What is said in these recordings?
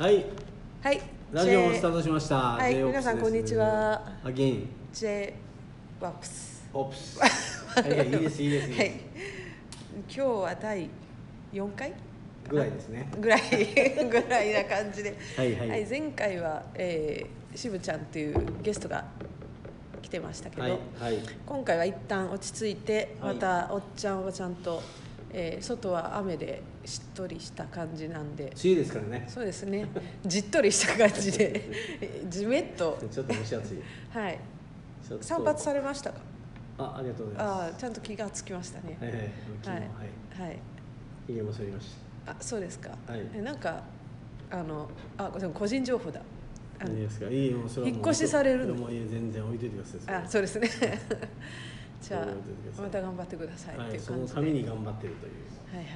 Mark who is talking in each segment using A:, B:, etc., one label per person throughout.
A: はい、
B: はい。
A: ラジオも
B: J-
A: スタートしました。
B: はい
A: J-Ops
B: 皆さん
A: です
B: こんにちは。
A: アゲイン、
B: J ワックス。
A: オプス。はいはい、いいです、いいです、いい
B: はい
A: で。
B: 今日は第四回
A: す。ぐらいですね。
B: ぐらいぐらいな感じで。
A: はいはい
B: 前回は、えー、しぶちゃんというゲストが来てましたけど、
A: はい、はい。
B: 今回は一旦落ち着いて
A: は
B: ま
A: い
B: たおっちゃんおばちゃんと、えー、外は雨でしっとりした感じなんで。
A: 梅雨ですからね。
B: そうですね。じっとりした感じで、 じめっと、
A: ちょっと蒸し暑い。
B: はい、
A: ちょっと
B: 散髪されましたか。
A: あ、ありがとうございま
B: ああ、ちゃんと気がつきましたね
A: す。。はい、はい、昨
B: は
A: 日、
B: い
A: はい、、
B: はい、
A: ひげも剃りまし
B: あ、そうですか。
A: はい
B: えなんか、あの、あ、でも個人情報だ。あ
A: た。いい
B: の
A: ですか。いいよ、もうそれはもう
B: 引っ越しされるの
A: もういいよ全然置いといてください。
B: あ、そ うですね。じゃ
A: そういうことです
B: あ、また頑張ってください
A: は
B: ってい
A: い、
B: う
A: そ
B: 感
A: の
B: じ
A: た
B: で。は
A: め
B: い、
A: に頑張ってるという。
B: はい、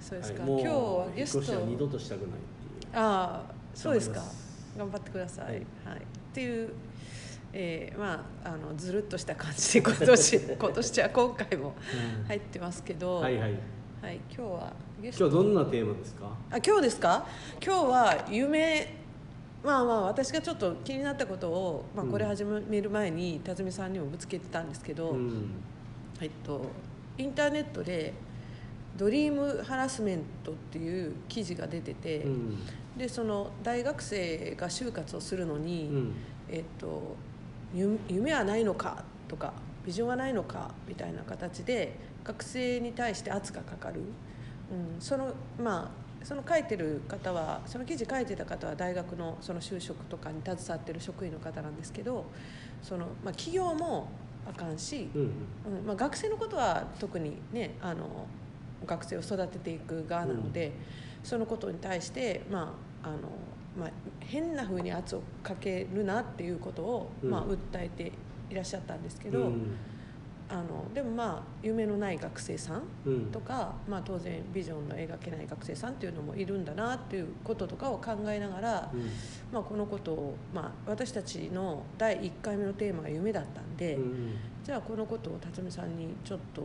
B: そうですか。
A: はい
B: 今
A: もう
B: 日はゲ
A: 引っ
B: ス
A: 越しは二度
B: ト。
A: としたくないっていう。
B: ああ、そうですか
A: 頑張ります。
B: 頑張ってください。
A: は
B: はいい、っていう。えー、まあ、あの、ずるっとした感じで、今 年、今年は今回も
A: うん
B: 入ってますけど。
A: はい、はい。
B: はい、今日はゲ
A: 今
B: ス
A: 日
B: ト
A: はどんなテーマですか。
B: あ今日ですか今日は夢まあまあ私がちょっと気になったことを、まあ、
A: うん
B: これ始める前に辰巳さんにもぶつけてたんですけど、
A: うん。
B: えっと、インターネットで「ドリームハラスメント」っていう記事が出てて、
A: うん。
B: でその大学生が就活をするの
A: う
B: に、
A: ん。
B: えっと、ゆ夢はないのかとかビジョンはないのかみたいな形で学生に対して圧がかかる、うん、そのまあその書いてる方はその記事書いてた方は大学のその就職とかに携わってる職員の方なんですけどその、まあ、企業もあかんし、
A: うん。
B: うんまあ、学生のことは特にねあの学生を育てていく側なので、そのことに対して、まああのまあ、変な風に圧をかけるなっていうことを、
A: うん
B: まあ、訴えていらっしゃったんですけど、
A: うん。
B: あのでもまあ夢のない学生さん
A: うん
B: とか、まあ、当然ビジョンの描けない学生さんっていうのもいるんだなっていうこととかを考えながら、
A: う
B: まあ、このことを、まあ、私たちの第1回目のテーマが夢だったんで。
A: んうん
B: じゃあこのことを辰巳さんにちょっと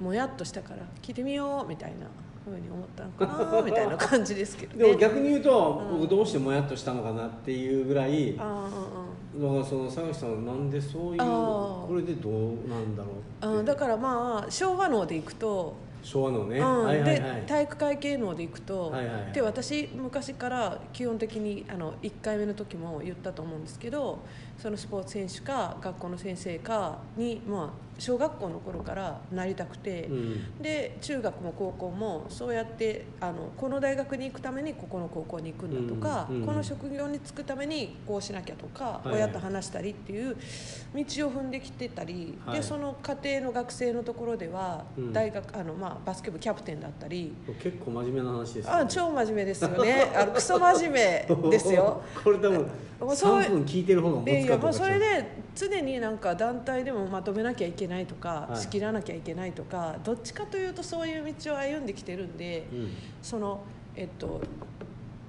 B: もやっとしたから聞いてみようみたいなふうに思ったのかなみたいな感じですけど
A: でも
B: ね。
A: 逆に言うと、
B: うん
A: 僕どうしてもやっとしたのかなっていうぐらいだ
B: あ
A: か
B: あ
A: らその佐々木さんはなんでそういう
B: あー
A: これでどうなんだろ
B: あ
A: う
B: あ
A: っ
B: あ
A: て
B: だからまあ昭和能でいくと、
A: 昭和のね、
B: うん
A: はいはいはい
B: で体育会系能でいくと、
A: はいはいはい
B: で私昔から基本的にあの1回目の時も言ったと思うんですけどそのスポーツ選手か学校の先生かに、まあ、小学校の頃からなりたくて。
A: うん
B: で中学も高校もそうやってあのこの大学に行くためにここの高校に行くんだとか、
A: うんうん
B: この職業に就くためにこうしなきゃとか、
A: いはい
B: 親と話したりっていう道を踏んできてたり、
A: はい
B: でその家庭の学生のところでは、
A: うん
B: 大学あの、まあ、バスケ部キャプテンだったり。
A: 結構真面目な話ですよ
B: あ超真面目ですよねあのクソ真面目で すよ
A: これ多分
B: あそう
A: 3分聞いてる方が持
B: でい
A: つ
B: や
A: かと
B: まあ
A: か
B: それで常になんか団体でもまとめなきゃいけないとか、
A: はい
B: 仕切らなきゃいけないとかどっちかというとそういう道を歩んできてるんで、
A: うん
B: そのえっと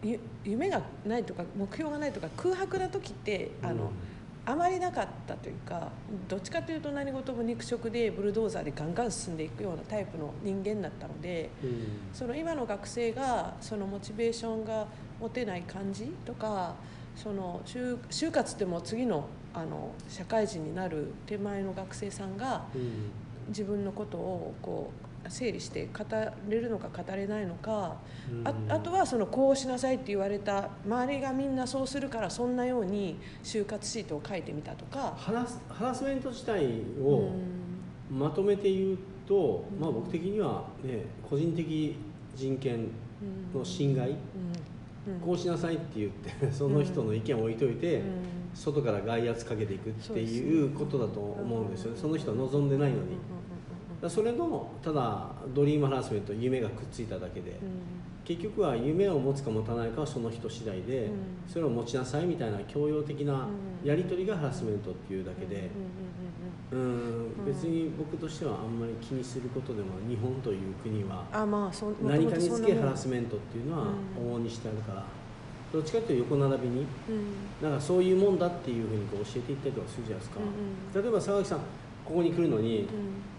B: ゆ夢がないとか目標がないとか空白な時ってあの、
A: うん
B: あまりなかったというかどっちかというと何事も肉食でブルドーザーでガンガン進んでいくようなタイプの人間だったので。
A: うん
B: その今の学生がそのモチベーションが持てない感じとかその就就活ってもう次のあの社会人になる手前の学生さんが
A: うん
B: 自分のことをこう整理して語れるのか語れないのか、あ
A: うん
B: あとはそのこうしなさいって言われた周りがみんなそうするからそんなように就活シートを書いてみたとか。
A: ハラスハラスメント自体
B: う
A: を
B: ん
A: まとめて言うと、
B: うん
A: まあ僕的にはね個人的人権の侵害、
B: うんうん
A: こうしなさいって言ってその人の意見を置いといて、
B: うん
A: 外から外圧かけていくっていうことだと思うんですよねそ
B: そう
A: の
B: です
A: 人
B: ね
A: は望んでないのに、
B: うんうん
A: だからそれのただドリームハラスメント夢がくっついただけで、
B: うんうんうん
A: 結局は夢を持つか持たないかはその人次第で、
B: うん
A: それを持ちなさいみたいな教養的な
B: うん
A: やり取りがハラスメントっていうだけで、うん
B: うん
A: 別に僕としてはあんまり気にすることでも日本という国は
B: あまあそん
A: 何かにつけハラス
B: メ
A: メントっていうのは
B: うん
A: 往々にしてあるから、どっちかっていうと横並びに
B: ント、うん
A: なんかそういうもんだっていうふうにこう教えていったりとかするじゃないですか、
B: う
A: 例えば佐々木さんここに来るのに、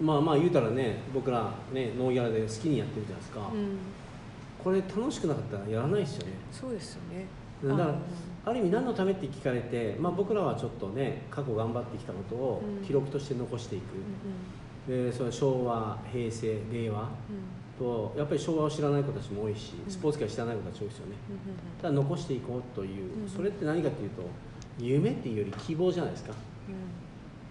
A: まあまあ言うたらね僕らねノーギャラで好きにやってるじゃないですか、
B: うんうん、
A: これ楽しくなかったらやらないですよね
B: そうですよね
A: うんだからある意味何のためって聞かれて、まあ、僕らはちょっとね過去頑張ってきたことを
B: うん
A: 記録として残していく、でそれは昭和平成令和とやっぱり昭和を知らない子たちも多いし
B: うん
A: スポーツ界を知らない子たち多いですよねただ残していこうという、
B: うん
A: それって何かっていうと夢っていうより希望じゃないですか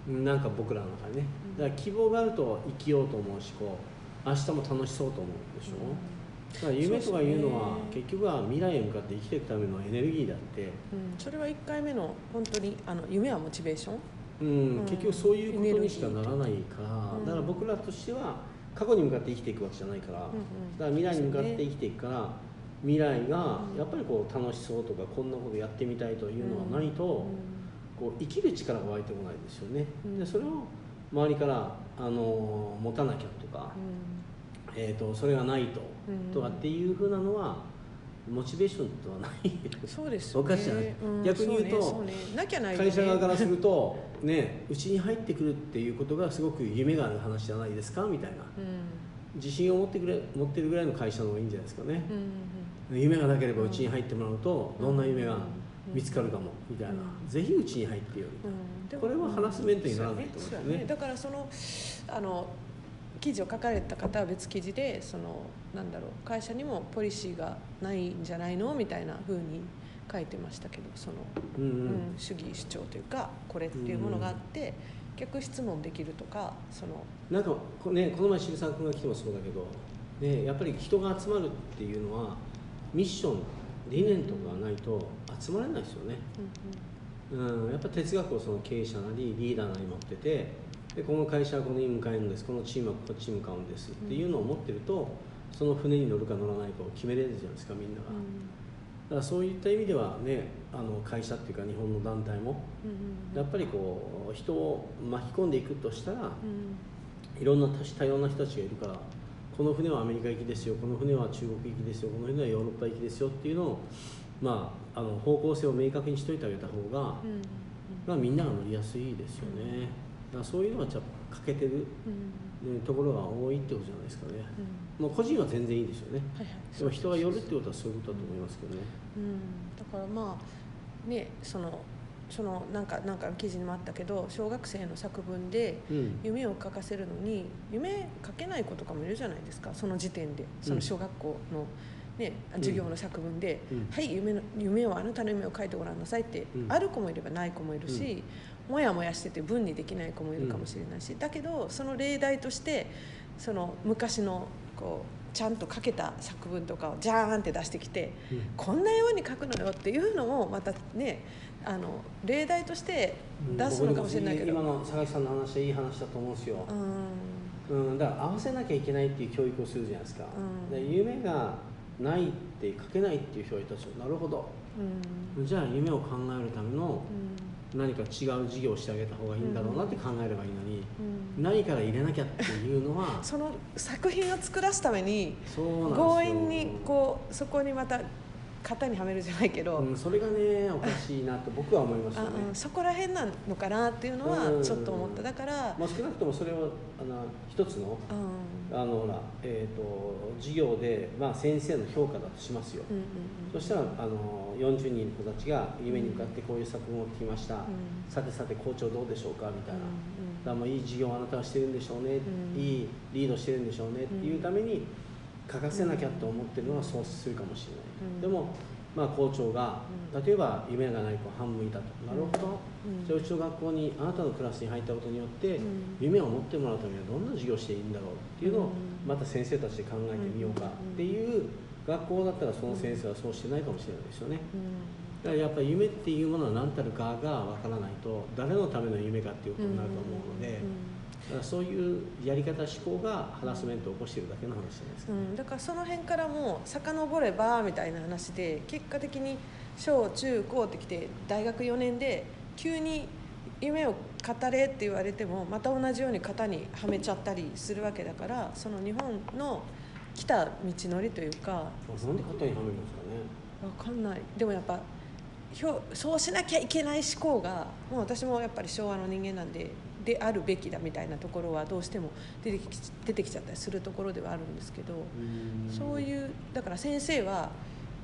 A: なんか僕らの中でね
B: うん
A: だから希望があると生きようと思うしこう明日も楽しそうと思うでしょ、だから夢とかいうのは
B: そうで
A: 結
B: すね
A: 局は未来へ向かって生きていくためのエネルギーだって、
B: それは1回目の本当にあの夢はモチベーション
A: うん
B: うん
A: 結局そういうことにしかならないから、
B: うん
A: だから僕らとしては過去に向かって生きていくわけじゃないから、
B: うんうん
A: だから未来に向かって生きていくから、未来が
B: うん
A: やっぱりこう楽しそうとかこんなことやってみたいというのがないと、こう生きる力が湧いてこないですよね、
B: うん
A: でそれを周りから、あのー持たなきゃとか、えー、とそれがないと、
B: うん
A: とかっていうふうなのはモチベーションとはない
B: そうです
A: おかしいじゃない逆に言うと
B: そうねそうねなきゃないよね
A: 会社側からすると ねうちに入ってくるっていうことがすごく夢がある話じゃないですかみたいな
B: うん
A: 自信を持ってくれ持ってるぐらいの会社の方がいいんじゃないですかね
B: うんうん
A: 夢がなければうちに入ってもらうと
B: うん
A: どんな夢が見つかるかもみたいな
B: うん
A: ぜひうちに入ってよ
B: う
A: り
B: んでも
A: これはハラスメントにならないと思うんですよね
B: そうやだからそのあの記事を書かれた方は別記事でそのなんだろう会社にもポリシーがないんじゃないのみたいな風に書いてましたけどその、
A: うんう
B: うん
A: ん
B: 主義主張というかこれっていうものがあって、逆質問できるとかその
A: なんかこ,、ね、この前渋沢君が来てもそうだけど、ね、やっぱり人が集まるっていうのはミッション理念とかがないと集まれないですよね、うん、やっぱ哲学をその経営者なりリーダーなり持っててでこの会社はこのに向かえるんですこのチームはこっちに向かうんですっていうのを持ってるとその船に乗るか乗らないかを決めれるじゃないですかみんなが、だからそういった意味ではねあの会社っていうか日本の団体もやっぱりこう人を巻き込んでいくとしたらいろんな多種多様な人たちがいるからこの船はアメリカ行きですよこの船は中国行きですよこの船はヨーロッパ行きですよっていうのを、まあ、あの方向性を明確にしといてあげた方が、まあ、みんなが乗りやすいですよねだからそういうのはやっぱ欠けてる、ね、ところが多いってことじゃないですかねもう個人は全然いいですよねでも人が寄るってことはそういうことだと思いますけどね
B: うん、だからまあねそのそのなんかなんかの記事にもあったけど小学生の作文で
A: うん
B: 夢を書かせるのに夢書けない子とかもいるじゃないですかその時点でその小学校の、ね、授業の作文で「
A: うん
B: はい夢の夢をあなたの夢を書いてごらんなさい」って、
A: うん
B: ある子もいればない子もいるし、もやもやしてて文にできない子もいるかもしれないし、だけどその例題としてその昔のこうちゃんと書けた作文とかをジャーンって出してきて。
A: うん
B: こんなように書くのよっていうのもまたねあの例題として出すのかもしれないけど、
A: 僕今の佐々木さんの話はいい話だと思うんですよ、
B: うん
A: うん、だから合わせなきゃいけないっていう教育をするじゃないですか、
B: うん
A: で夢がないって書けないっていう人がいたとなるほど
B: うん
A: じゃあ夢を考えるための
B: うん
A: 何か違う事業をしてあげた方がいいんだろうなって考えればいいのに、
B: うん
A: 何から入れなきゃっていうのは
B: その作品を作らすために
A: そうなんですよ
B: 強引にこうそこにまた型にはめるじゃないけど、
A: うん、それがねおかしいなと僕は思いました
B: あ
A: ね
B: うんそこら辺なのかなっていうの
A: う
B: は
A: ん
B: ちょっと思っただから、
A: まあ、少なくともそれをあの一つの
B: うん
A: あのほら、えー、と授業で、まあ、先生の評価だとしますよ、
B: うんうん
A: そしたらあの40人の子たちが夢に向かってこういう作文を持ってきました、
B: ん
A: さてさて校長どうでしょうかみたいな、だから
B: うん
A: もういい授業をあなたはしてるんでしょうね、
B: うん
A: いいリードしてるんでしょうねっていうために書かせなきゃと思ってるのはそうするかもしれない、
B: うん
A: でも、まあ、校長が
B: うん
A: 例えば夢がない子半分いたと、なるほど、
B: うん
A: じゃあうちの学校にあなたのクラスに入ったことによって、
B: うん
A: 夢を持ってもらうためにはどんな授業をしていいんだろうっていうの
B: う
A: を
B: ん
A: また先生たちで考えてみようかっていう学校だったらその先生はそうしてないかもしれないですよね
B: うん
A: だからやっぱり夢っていうものは何たるかがわからないと誰のための夢かっていうことになると思うのでだからそういうやり方思考がハラスメントを起こしてるだけの話じゃないです
B: う
A: か、
B: ん、だからその辺からもう遡ればみたいな話で結果的に小中高ってきて大学4年で急に夢を語れって言われてもまた同じように型にはめちゃったりするわけだからその日本の来た道のりというか
A: なんで肩にはめるんですかね
B: わかんないでもやっぱひょそうしなきゃいけない思考がもう私もやっぱり昭和の人間なんでであるべきだみたいなところはどうしても出てき出てきちゃったりするところではあるんですけど。そう
A: う
B: いうだから先生は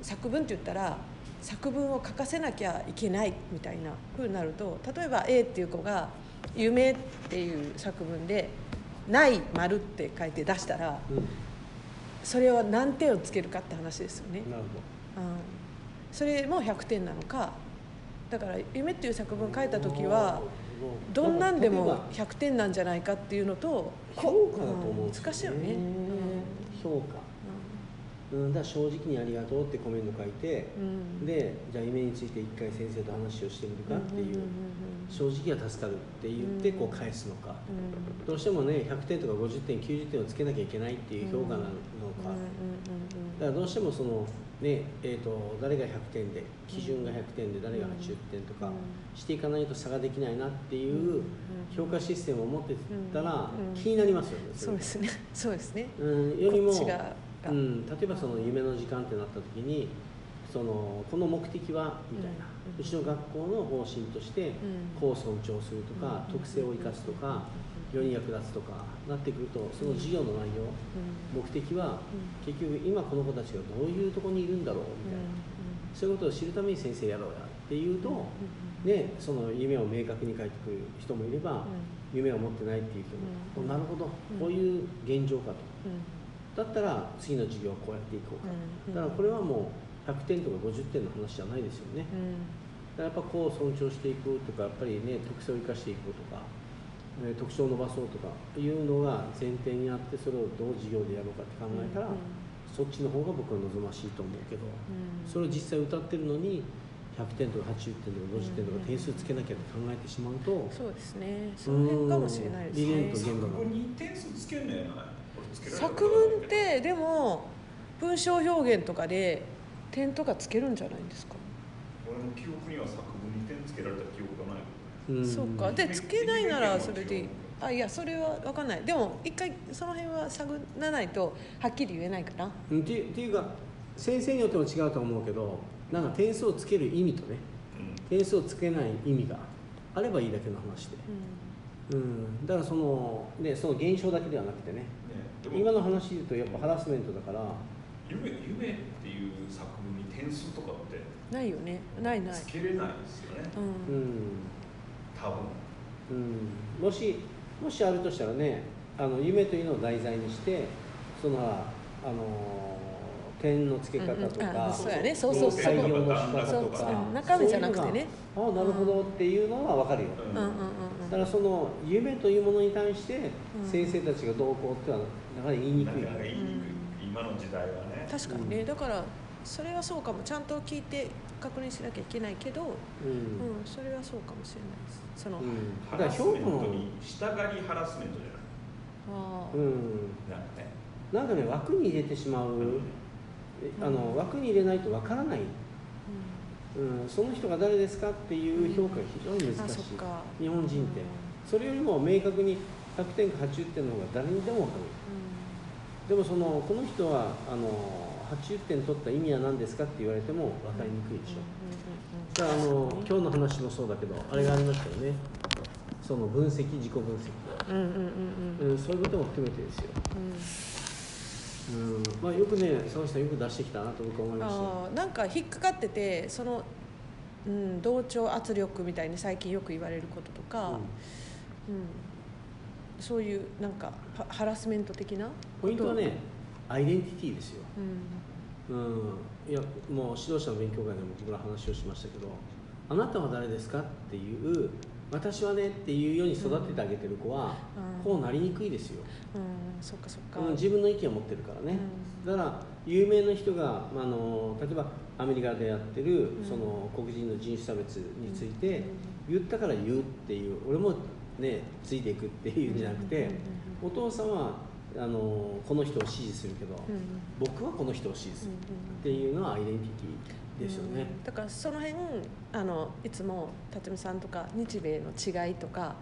B: 作文って言ったら作文を書かせなきゃいけないみたいなふうになると例えば A っていう子が「夢」っていう作文で「ない丸って書いて出したら
A: うん、
B: それは何点をつけるかって話ですよね。
A: なる
B: うんそれも100点なのかだから「夢」っていう作
A: ほど
B: 文書いた時はどんなんでも100点なんじゃないかっていうのとこ
A: 評価だと思うん
B: ん
A: です
B: 難しいよね、
A: 評価、うん、だから正直にありがとうってコメント書いて、
B: うんうん
A: でじゃあ夢について一回先生と話をしてみるかっていう,、
B: んんん
A: 正直は助かるって言ってこう返すのか、
B: うん
A: どうしてもね100点とか50点90点をつけなきゃいけないっていう評価なのか、
B: うんうん
A: だからどうしてもそのねえー、と誰が100点で基準が100点で誰が
B: うん
A: 80点と
B: う
A: か
B: ん
A: していかないと差ができないなってい
B: うんう
A: うん評価システムを持ってたら
B: うんうん
A: 気になりますよね。。
B: そうですすねそうですね
A: うん、よりも
B: こっち側が
A: うん、例えばその夢の時間ってなった時にそのこの目的はみたいな、
B: うんうん
A: うちの学校の方針として
B: うん
A: こう尊重するとか、
B: うん
A: 特性を生かすとか、世に役立つとかなってくるとその授業の内容、
B: うん
A: 目的は結局今この子たちがどういうとこにいるんだろうみたいな、そういうことを知るために先生やろうやっていうと、
B: うん
A: ね、その夢を明確に書いてくる人もいれば、夢を持ってないっていう人も、
B: うん
A: おなるほど、
B: うん
A: こういう現状か
B: うんうん
A: とだったら次の授業はこうやっていこうか、
B: うん
A: だからこれはもう100点とか50点の話じゃないですよね、だからやっぱこう尊重していくとかやっぱりね特性を生かしていこうとか、えー特徴を伸ばそうとかいうのが前提にあってそれをどう授業でやろうかって考えたら、
B: うんうん
A: そっちの方が僕は望ましいと思うけど、
B: うん
A: それを実際歌ってるのに100点とか80点とか50点とか点数つけなきゃって考えてしまうと、
B: そうですねその辺かもしれないです
A: 理念
B: ね
A: と現場が
C: これに点数つけんのやないこれつけられるか
B: 作
C: わからん
B: 文っ
C: けど
B: てでも文章表現とかで点とかつけるんじゃないんですか、
C: 俺の記憶には作文に点つけられた記憶がない
A: ん
B: そうかでつけないならそれでいいあいやそれは分かんないでも一回その辺は探らないとはっきり言えないかな
A: うんっていうっていうか先生によっても違うと思うけどなんか点数をつける意味とね
C: うん
A: 点数をつけない意味があればいいだけの話で。
B: う
A: うん、だからその,、ね、その現象だけではなくてね
C: ねで
A: 今
C: も
A: の話で言うとやっぱハラスメントだから
C: 夢夢っていう作文に点数とかって
B: んないよねないない
C: つけれないですよね
B: うん
A: う
B: うん
A: ん、
C: 多分
A: うん、もしもしあるとしたらねあの夢というのを題材にしてそのあの点の付け方と
B: うんうんあ
A: か
B: そうやね
A: そ
B: そうう
A: そ
B: そうう
A: 採用の仕方
B: そ
A: と
B: う
A: か
B: うん中身じゃなくてね
A: そういうのがああなるほどっていうのは分かるよ、
C: うん
B: うんうん
A: だ
B: う
A: か
B: ん
A: らその夢というものに対して
B: うん
A: 先生たちがどうこうってはなかなか言いに
C: な
A: く
C: か
A: い
C: なか言いにくい今の時代はね
B: 確かにねだからそれはそうかもちゃんと聞いて確認しなきゃいけないけど、
A: うん
B: うん、それはそうかもしれないですその、
A: うん
C: ハ
A: だから
C: ラス
A: 評
C: メ
A: 価
C: ント
A: も
C: に従いハラスメントじ
B: あ
A: う
B: あ
A: ん
C: ゃないなんかね
A: なんかね枠に入れてしまう、えあの枠に入れないとわからない、うん、その人が誰ですかっていう評価が非常に
B: うん、
A: 難
B: あ
A: しい
B: そっ、か
A: 日本人ってそれよりも明確に100点か80点の方が誰にでも分かるでもそのこの人はあの80点取った意味は何ですかって言われても分かりにくいでしょ、だからあの今日の話もそうだけどあれがありましたよねその分析自己分析、
B: うんうんうんうんうん
A: うん、そういうことも含めてですよ、うんまあ、よくね佐々木さんよく出してきたなと僕は思い
B: うん
A: ましたよ
B: あーなんか引っかかっててその、うん、同調圧力みたいに最近よく言われることとか、
A: うん
B: うんそういうなんかハハラスメント的な
A: ポイントはねアイデンティティですよ、
B: うん
A: うん、いやもう指導者の勉強会でも僕ら話をしましたけどあなたは誰ですかっていう私はねっていうように育ててあげてる子は、
B: うん
A: こうなりにくいですよ、
B: うんそっかそっか、
A: うん、自分の意見を持ってるからね、だから有名な人が、まあ、あの例えばアメリカでやってる、
B: うん
A: その黒人の人種差別につい
B: うん
A: て、言ったから言うっていう俺もねついていくっていうんじゃなくて、お父さんはあのこの人を支持するけど、
B: うんうんうん
A: 僕はこの人を支持するっていうのはアイデンティティですよね。
B: うんだからその辺あのいつも辰巳さんとか日米の違いとか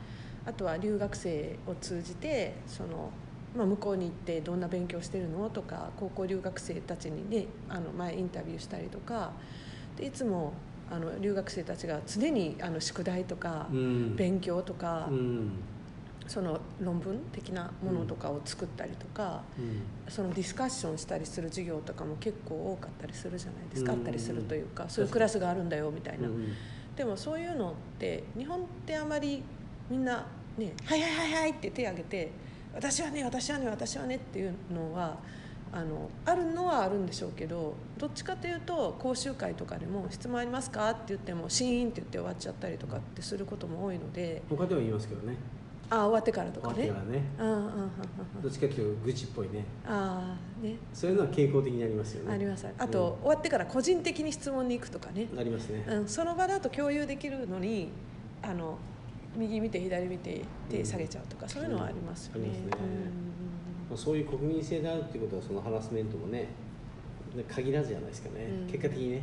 B: あとは留学生を通じてその、まあ、向こうに行ってどんな勉強してるのとか高校留学生たちにねあの前インタビューしたりとかでいつもあの留学生たちが常にあの宿題とか
A: うん
B: 勉強とか
A: うん
B: その論文的なものとかを作ったりとか、そのディスカッションしたりする授業とかも結構多かったりするじゃないですか、
A: うん
B: あったりするというかそういうクラスがあるんだよみたいな、でもそういうのって日本ってあまりみんな、ね「はいはいはいはい」って手挙げて「私はね私はね私はね」っていうのはあのあるのはあるんでしょうけどどっちかというと講習会とかでも「質問ありますか?」って言っても「シーン」って言って終わっちゃったりとかってすることも多いので
A: 他では言いますけどね
B: あ終わってからと
A: 終
B: か
A: わって
B: ね
A: から。ね
B: うんうんうんうんう
A: どっ
B: ん
A: ちかっていうと愚痴っぽいね
B: ああね
A: そういうのは傾向的になりますよね
B: ありますあと、終わってから個人的に質問に行くとかね、
A: なりますね、
B: うん、その場だと共有できるのにあの右見て左見て手下げちゃうとか、そういうのはありますよね。
A: ありますね
B: うん
A: まあそういう国民性であるっていうことはそのハラスメントもね限らずじゃないですかね、
B: うん
A: 結果的にね、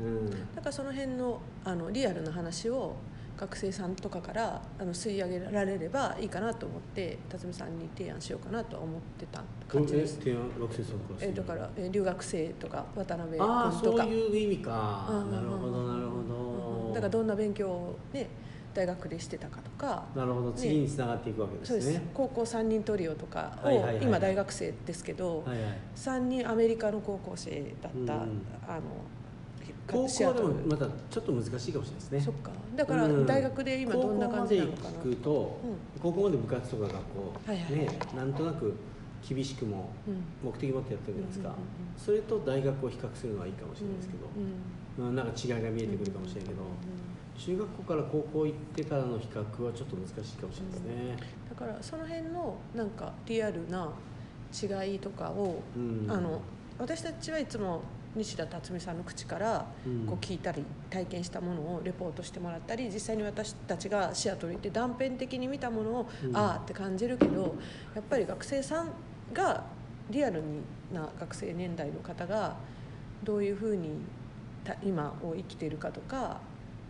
B: うん
A: うん、
B: だからその辺のあのリアルな話を学生さんとかからあの吸い上げられればいいかなと思って辰巳さんに提案しようかなとは思ってた感じです。
A: 提案学生さんから
B: えだからえ留学生とか渡辺君
A: ああ
B: と
A: そ
B: か
A: ういう意味か、
B: うんうんうん
A: なるほどなる
B: うん
A: ほ
B: う
A: ど
B: んだからどんな勉強をね大学でしてたかとか
A: なるほど次につながっていくわけで
B: そうですす
A: ね
B: 高校3人トリオとかを、
A: はいはいはい
B: 今大学生ですけど、
A: はいはい
B: 3人アメリカの高校生だった、
A: うんうん
B: あの
A: 高校
B: シ
A: は
B: ア
A: で
B: トル
A: もまたちょっと難しいかもしれないですね
B: そっかだから
A: うん
B: 大学で今どんな感じなのか
A: 高校
B: な
A: まで聞くと、高校まで部活とか学校、
B: はいはい
A: ねなんとなく厳しくも
B: うん
A: 目的持ってやってるじゃないですか、
B: うんうんうんうん
A: それと大学を比較するのはいいかもしれないですけど、
B: うん
A: うんなんか違いが見えてくるかもしれないけど、
B: うん
A: 中学校から高校行ってからの比較はちょっと難しいかもしれないですね、
B: だからその辺のなんかリアルな違いとかを、
A: うん
B: あの私たちはいつも西田辰巳さんの口から
A: うん
B: こう聞いたり体験したものをレポートしてもらったり実際に私たちがシアトル行って断片的に見たものを、
A: うん
B: ああって感じるけどやっぱり学生さんがリアルにな学生年代の方がどういうふうにた今を生きているかとか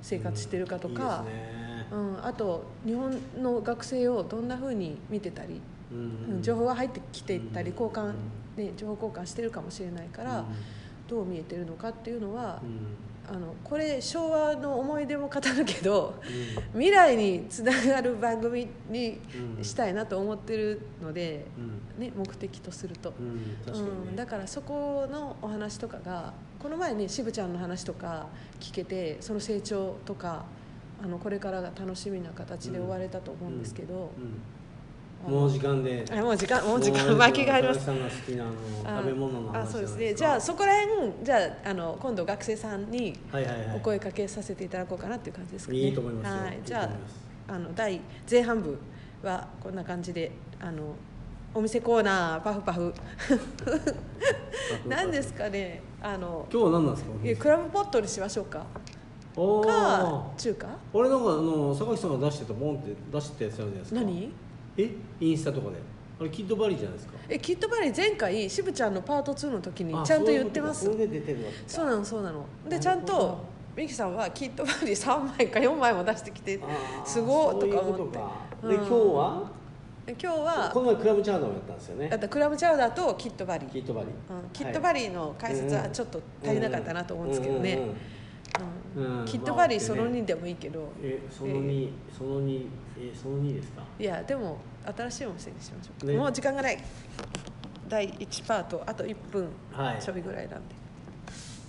B: 生活しているかとか、
A: うんいいですね
B: うん、あと日本の学生をどんなふうに見てたり、
A: うん
B: うん情報が入ってきていったり
A: うん
B: 交換、ね、情報交換してるかもしれないから、どう見えてるのかっていうのは
A: うん、うん
B: あのこれ昭和の思い出も語るけど
A: うん
B: 未来につながる番組に
A: うん
B: したいなと思ってるので、
A: うん
B: ね、目的とすると。
A: うん、確かにね、
B: うん、だからそこのお話とかがこの前ね渋ちゃんの話とか聞けてその成長とかあのこれからが楽しみな形で終われたと思うんですけど、
A: うん、もう時間で
B: あもう時間もう時
A: も
B: 間
A: う
B: 巻きがあります
A: 渡辺さんが好きなあの食べ物の話
B: あそうですね
A: なん
B: じゃあ
A: か
B: そこら辺じゃああの今度学生さんに
A: はいはいはい
B: お声かけさせていただこうかなっていう感じですかね
A: いいと思いますよ
B: はい
A: いいと思います
B: じゃああの第前半部はこんな感じであのお店コーナーパフパフ何ですかねあの
A: 今日は何なんですか
B: いやクラブポットにしましょうか
A: お
B: か
A: ー
B: 中華
A: 俺なんかあの榊さんが出してたボンって出してたやつあるじゃないですか
B: 何
A: えインスタとかであれキッドバリーじゃないですか
B: えキットバレー前回渋ちゃんのパート2の時に
A: あ
B: ちゃんと
A: そういう
B: 言ってます
A: こそれで出てるわけか
B: そうなのそうなのでち
A: な
B: ゃ
A: る
B: ん
A: ほど
B: とミキさんはキットバレー3枚か4枚も出してきて
A: あー
B: すごー
A: そう
B: と
A: いう
B: か
A: こ
B: 思
A: と
B: って
A: か
B: う
A: で
B: ん
A: 今日は
B: で今日は
A: この前クラブチャードもやったんですよね
B: あとクラムチャウダーとキットバリ
A: キ
B: ー
A: ッドバリー
B: うんキットバリーの解説はちょっと足りなかったなと思うんですけど
A: うんうん
B: ね
A: うん
B: うん
A: うんうん
B: キットバリー
A: まあ
B: その2でもいいけど
A: えその2、その2えその2ですか
B: いやでも新しいお店にしましょうか
A: ね
B: もう時間がない第1パートあと1分
A: はい
B: ちょびぐらいなんで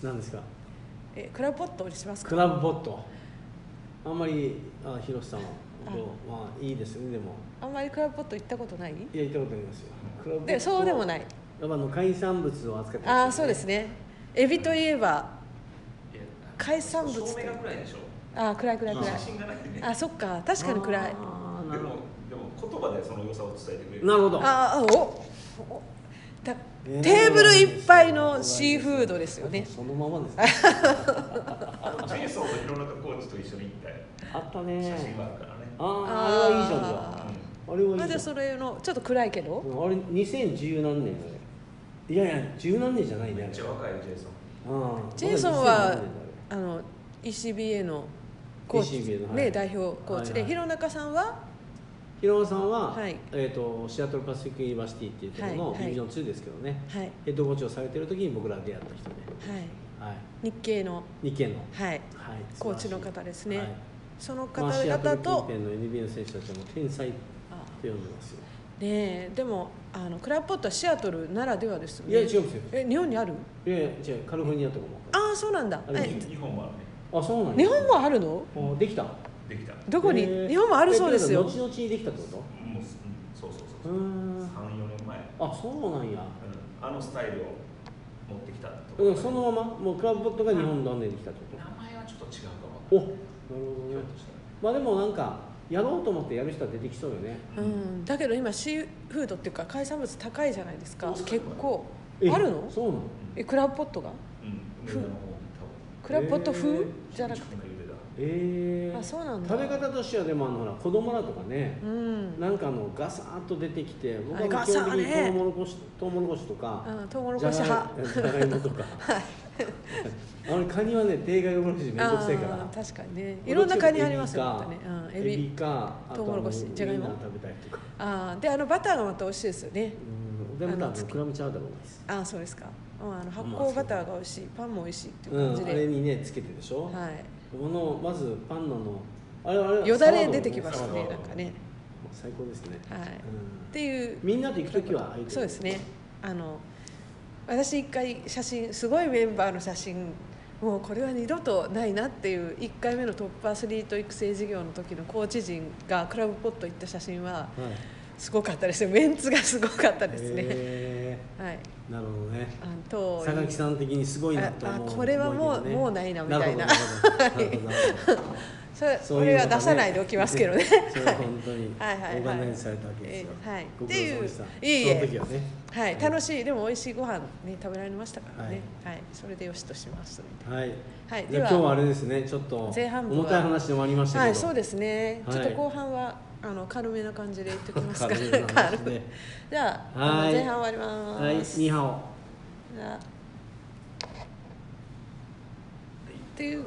A: 何ですか
B: えクラブポットにします
A: ク
B: か
A: ラブボットあんまりあ広瀬さんは
B: あ
A: どうまあいいですねでも
B: あんまりクラブポット行ったことない
A: いや行ったことありますよクラブボット
B: でそうでもないい
A: やっぱあの海産物を扱って
B: ああそうです
A: ね
B: ねエビといえば
C: いや
B: 海産物って
C: 照明が暗いでしょ
B: ああ暗い暗い暗い
C: 写真がないんで
B: あそっか確かに暗い
A: あーな
C: で
A: るほ
C: もでも言葉でその良さを伝えてくれ
A: ど
C: る
A: なるほど
B: ああおおだ
A: えー
B: テーブルいっぱいのシーフードですよね
A: そのままですね
C: あのジェイソンの弘中コーチと一緒に行った
A: あったね
C: 写真があるからね
A: あああれはいいじゃんじゃ
B: あ
A: あ
C: う
A: あれはいいじゃん
B: まあじゃあそれのちょっと暗いけど
A: うんあれ2010何年だねいやいや10何年じゃない
C: ん
A: ね
C: め
A: あ
C: っ
A: れ
C: ちゃ若いジェイソン
A: うん
B: ジェイソン
A: まだ2007
B: は
A: 年
B: あの ECBA のコーチ
A: ECBA のはい
B: ね代表コーチで
A: はいは
B: 弘中さんは
A: 広尾さんは、
B: はい
A: えー、とシアトルパシフィックユニバーシティっていうところの
B: はい
A: ディビジョン2ですけどね、
B: はいはい
A: ヘッドコーチをされてる時に僕ら出会った人で、はい、
B: 日系の
A: 日系の、はい、
B: はいコーチの
A: 素晴らしい
B: 方ですね
A: はい
B: その
A: ま
B: 方
A: あシアト
B: 々
A: ル近
B: と
A: 辺の NBA の選手たちはもう天才
B: あ
A: って読んでますよ
B: ねえでもあのクラブポットはシアトルならではですよ
A: いや
B: ね
A: 違うんですよ
B: え日本にある
A: いやいや違うカリフォルニアとかも
B: ああそうなんだ
A: あれ
B: え
C: 日本はね
A: あそうなんだ
B: 日本もあるの
A: もできた
C: できたもう
B: どこに、
A: えー
B: 日本もあるそうです
A: え
B: よ
A: 後々できたってこ
C: うんそうそう
A: と
C: そうう
A: ーん
C: 34年前、うん、
A: あそうなんや
C: あのスタイルを持ってきたとこ
A: うんそのままもうクラブポットが日本断念できたってこ
C: 名前はちょっと違うかも
A: とおなるほ
C: ひ
A: ど
C: ょっ
A: ね
C: としたら
A: まあでもなんかやろうと思ってやる人は出てきそうよね
B: う
C: うん
B: ん、だけど今シーフードっていうか海産物高いじゃないですか
C: そう
B: 結構
A: え
B: あるの
A: そうなの
B: えクラブポットが
C: うん、上の方に多分
B: クラブポット風、
A: えー
B: じゃなくて
C: て
A: ええ
B: あそうなんだ
A: 食べ方としてはでもあのほら子供らとかね
B: うん
A: なんかあのガサーッと出てきて僕
B: はい
A: は
B: ガ
A: 基
B: サー
A: 本的に
B: ね
A: トウモロコシトウモロコシとか
B: うんトウモロ
A: じゃ
B: コシ
A: が
B: 派
A: いじゃがいもと かあのカニはね手が汚れるしめんどくさいか
B: あー
A: ら
B: 確かにねいろんなカニあります
A: エビ
B: よま
A: か
B: たね、うん、エ
A: エ
B: ビ
A: ビかあと
B: トウモロコシ
A: あの
B: じゃがいも
A: ウインナー食べたりとか
B: ああであのバターがまた美味しいですよね
A: うんでも多分クラムチャウダーが多いです
B: ああそうですか、うん、あの発
A: まあそ
B: 酵
A: う
B: バターが美味しいパンも美味しいっていう
A: う
B: 感
A: ん
B: じ
A: あれ
B: で、
A: にねつけてでしょ
B: はい
A: このまずパンののあれあれ
B: よだ
A: サワー
B: れ
A: ド
B: 出てきました
A: サワ
B: ね
A: ード
B: なんかね
A: 最高ですね
B: はいっ
A: うん
B: ていう
A: みんなと行く時は空いてる
B: そうですねあの私一回写真すごいメンバーの写真もうこれは二度とないなっていう1回目のトップアスリート育成事業の時のコーチ陣がクラブポット行った写真は
A: はい
B: すごかったですよメンツがすごかったですね、
A: へ
B: はい
A: ーなるほどね
B: あの当
A: 佐垣さん的にすごいなと思う
B: ああこれはもう
A: 思けどね
B: もうないなみたいな
A: るほどなるほどなるほどなるほど
B: それ
A: そう
B: こ
A: い
B: れ
A: うのがね
B: は出さないでおきますけ どね
A: それは本当にオ
B: はいはいはい
A: ーガナイズされたわけですよ
B: えーはい
A: ご苦労様でした
B: っていういえいえ
A: その時はね
B: はい楽しいでも美味しいご飯ね食べられましたからねはい、それでよしとします
A: はい
B: はい
A: じ
B: で
A: ゃあ
B: は
A: 今日はあれですねちょっと
B: 前半部は
A: 重たい話で終わりましたけど
B: はいそうですね、
A: はい
B: ちょっと後半はあの軽めな感じで言ってきますか
A: 軽めな話で
B: じゃああ
A: は
B: の
A: い
B: 前半終わります、
A: はいニーハオ
B: じゃあっていう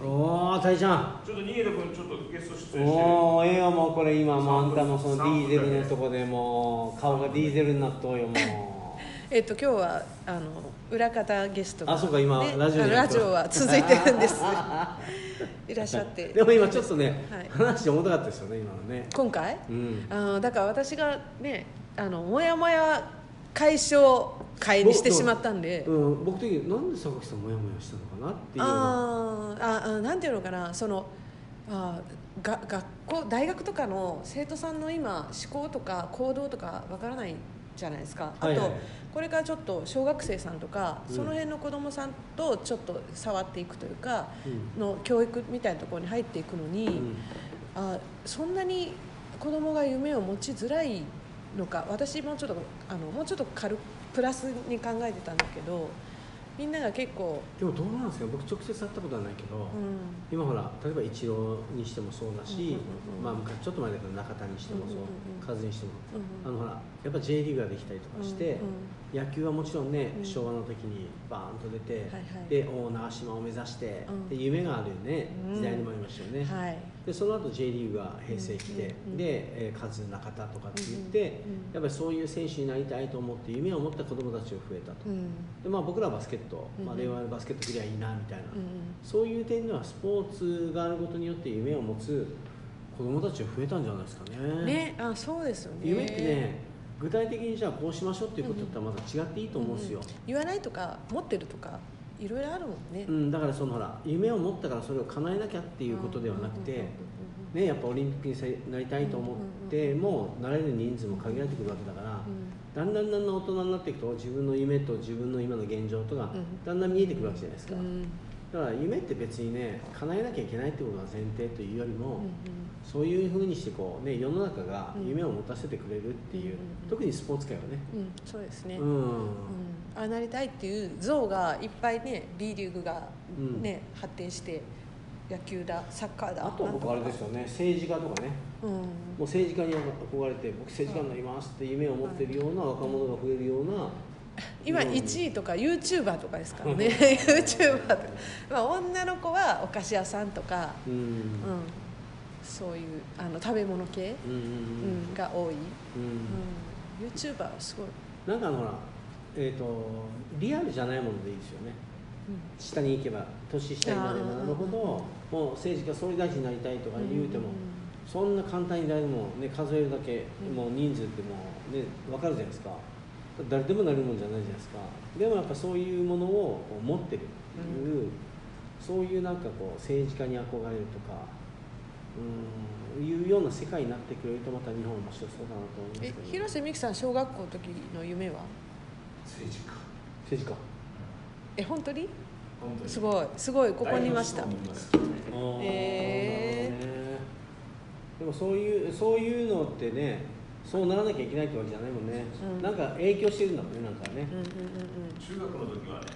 A: おお、たいちゃん。
C: ちょっと新枝君ちょっとゲスト出演してる
A: おお、ええよ、もうこれ今、もうあんたもそのデ
C: サ
A: ィ
C: ン
A: ー
C: プ
A: ゼ
C: ルだね
A: ルのとこでもう、顔がディーゼルになっとうよ、も う。
B: えっと今日はあの裏方ゲストが
A: あ、そうか、今、
B: ね
A: ラジオ
B: あ
A: で
B: の
A: や
B: ラ
A: って
B: ジ
A: る
B: オは続いてるんです いらっしゃって
A: でも今、ちょっとね、
B: はい
A: 話重たかったですよね、今のね。
B: 今回
A: うん。
B: あのだから私がねあのもやもや解消会にしてしまったんで、
A: うん、僕的に、なんで榊さん、もやもやしたのかなっていうのが。
B: あーああなんていうのかなそのあーが学校大学とかの生徒さんの今思考とか行動とかわからないじゃないですかあと、
A: はいはい
B: これからちょっと小学生さんとか、
A: うん
B: その辺の子どもさんとちょっと触っていくというか
A: うん
B: の教育みたいなところに入っていくのに、
A: うん
B: あそんなに子供が夢を持ちづらいのか私もちょっとあのもうちょっと軽くプラスに考えてたんだけどみんなが結構、
A: でも、どうなんですか、僕、直接会ったことはないけど。
B: うん、
A: 今ほら例えばイチローにしてもそうだし、
B: うんうんうん
A: まあ、昔ちょっと前だけど中田にしてもそう、
B: うんうんうん
A: カズにしても、
B: うんう
A: あ
B: ん
A: のほらやっぱ J リーグができたりとかして、
B: うんうん
A: 野球はもちろんね、
B: うん
A: 昭和の時にバーンと出て、
B: はいはい
A: で大長島を目指して、
B: うん
A: で夢があるよね
B: うん
A: 時代にもありましたよね、
B: はい、
A: でその後 J リーグが平成来て、
B: うんうんうん
A: で、えー、カズ中田とかって言って、
B: うんうんうん
A: やっぱりそういう選手になりたいと思って夢を持った子どもたちが増えたと、
B: うん
A: でまあ、僕らはバスケット、まあ、
B: うんうん
A: 令和のバスケットクリアいいなみたいな、
B: うん
A: そういう点ではスポーツがあることによって夢を持つ子どもたちが増えたんじゃないですかね。
B: ね、あそうですよね
A: 夢ってね具体的にじゃあこうしましょうっていうことだったらまた違っていいと思うんですよ、
B: 言わないとか持ってるとかいろいろあるもんね、
A: うんだからそのほら夢を持ったからそれを叶えなきゃっていうことではなくて、ね、やっぱオリンピックになりたいと思ってもなれる人数も限られてくるわけだから、だんだんだんだん大人になっていくと自分の夢と自分の今の現状とが
B: うん
A: だんだん見えてくるわけじゃないです
B: う
A: か、
B: んうんうん
A: だから夢って別にね叶えなきゃいけないってことが前提というよりも、
B: うん
A: そういうふうにしてこう、ね、世の中が
B: うん
A: 夢を持たせてくれるっていう、
B: うんうんうん
A: 特にスポーツ界はね。
B: うんうんそうですね、
A: う
B: うん
A: ん
B: ああなりたいっていう像がいっぱいね B リーグが
A: うん
B: ね、発展して野球だサッカーだ
A: あとは僕あれですよね政治家とかね
B: うんうん
A: もう政治家に憧れて僕政治家になりますって夢を持ってるような若者が増えるような
B: 今
A: うん
B: 1位とか YouTuber とかです からね YouTuber とか、まあ、女の子はお菓子屋さんとか、
A: うん
B: うんそういうあの食べ物系、
A: うんうんうん
B: うん、が多い、
A: うん
B: うん、YouTuber はすご
A: な
B: い、
A: んかあのほら、えー、とリアルじゃないものでいいですよね
B: うん
A: 下に行けば年下になればなるほどもう政治家総理大臣になりたいとか言うても、
B: うん
A: そんな簡単に誰でも、ね、数えるだけ、
B: うん
A: もう人数ってもう、ね、分かるじゃないですか誰でもなるもんじゃないじゃないですかでもやっぱそういうものを持ってるっていう、そういうなんかこう政治家に憧れるとかうんいうような世界になってくれるとまた日本面白そうだなと思いますけ
B: え
A: ど、
B: 広瀬美樹さん小学校の時の夢は
C: 政治家
A: 政治家
B: え本当に
C: 本当に
B: すごいすごいここにいました
C: 大学生の時に
B: へー
A: なるほどねでもそういうそういうのってねそうならなきゃいけないってわけじゃないもんね、
B: うん
A: なんか影響してるんだもんねなんかね
B: うんうんうん
C: 中学の時はね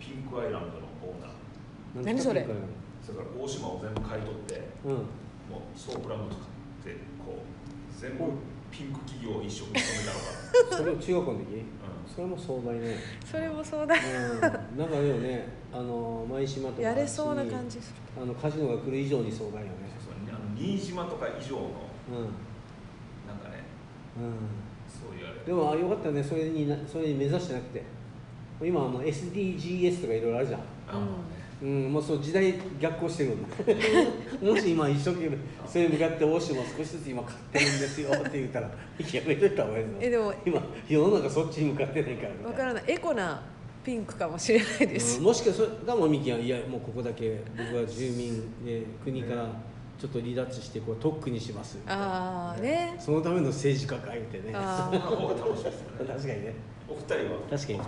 C: ピンクアイランドのオーナー
A: なんか
B: 何それ
C: それから大島を全部買い取って
A: うん
C: もうソープランドとかってこう全部ピンク企業を一色に染めたのが、
A: それを中学校の時
C: うん
A: それも壮大 ね、
B: それもそうだ
A: うん、なんかでもねあの舞島とか
B: やれそうな感じす
A: あのカジノが来る以上に壮大よね
C: そうあの新島とか以上の
A: うん
C: なんかね
A: うん
C: そういうあれ
A: でもあよかったねそれになそれに目指してなくて今あの SDGs とかいろいろあるじゃん
C: あもうね
A: うん、もうそう時代逆行してる のもし今一生懸命それに向かって欧州も少しずつ今買ってるんですよって言ったらいやめといた方がいいぞ
B: えでも
A: 今世の中そっちに向かってないからみたいな
B: わからないエコなピンクかもしれないです、
A: うんもしかそれがもみきがいやもうここだけ僕は住民で国からちょっと離脱してこう特区にしますみたいな
B: ああね
A: そのための政治家会みたいなね
B: あ
C: そんな方が楽しいですよ
A: 確
C: ね
A: かにね
C: お二人
A: 確か
C: は
A: に
C: お二人お二人は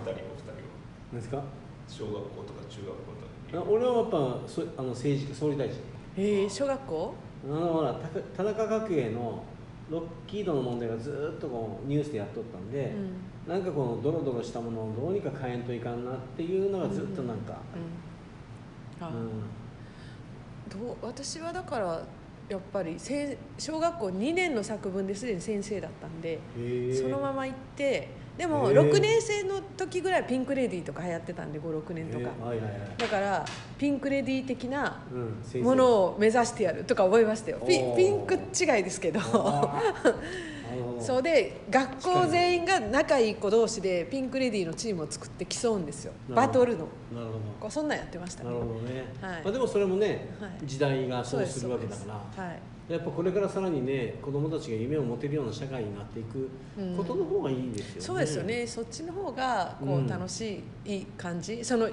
A: 何ですか
C: 小学校とか中学校と
A: あ
C: か
A: 俺はやっぱそあの政治家総理大臣
B: ええ小学校
A: あのほらた田中角栄のロッキードの問題がずーっとこうニュースでやっとったん
B: う
A: で、
B: ん
A: なんかこのドロドロしたものをどうにか変えんといかんなっていうのがずっとなんか、
B: うん
A: う
B: あ
A: ん
B: どう私はだからやっぱりせん小学校2年の作文ですでに先生だったんで
A: へえ
B: そのまま行ってでも
A: へえ
B: 6年生の時ぐらいピンク・レディーとか流行ってたんで56年とか
A: へえはいはいはい、
B: だからピンク・レディー的な
A: うん、先生
B: ものを目指してやるとか思いましたよピ
A: おー
B: ピンク違いですけど
A: あーなる ほど
B: そうで学校全員が仲いい子同士でピンク・レディーのチームを作って競うんですよ
A: なる
B: バ
A: ほど
B: トルの
A: なるほ
B: こうそんなんやってました
A: どなるほどね、
B: はい
A: まあ、でもそれもね、
B: はい
A: 時代が
B: そ
A: そうう
B: です
A: するわけだから
B: そうですはい
A: やっぱこれからさらにね子どもたちが夢を持てるような社会になっていくことの方がいいですよね、
B: そうですよねそっちの方がこ
A: うん
B: う楽しい,、いい感じその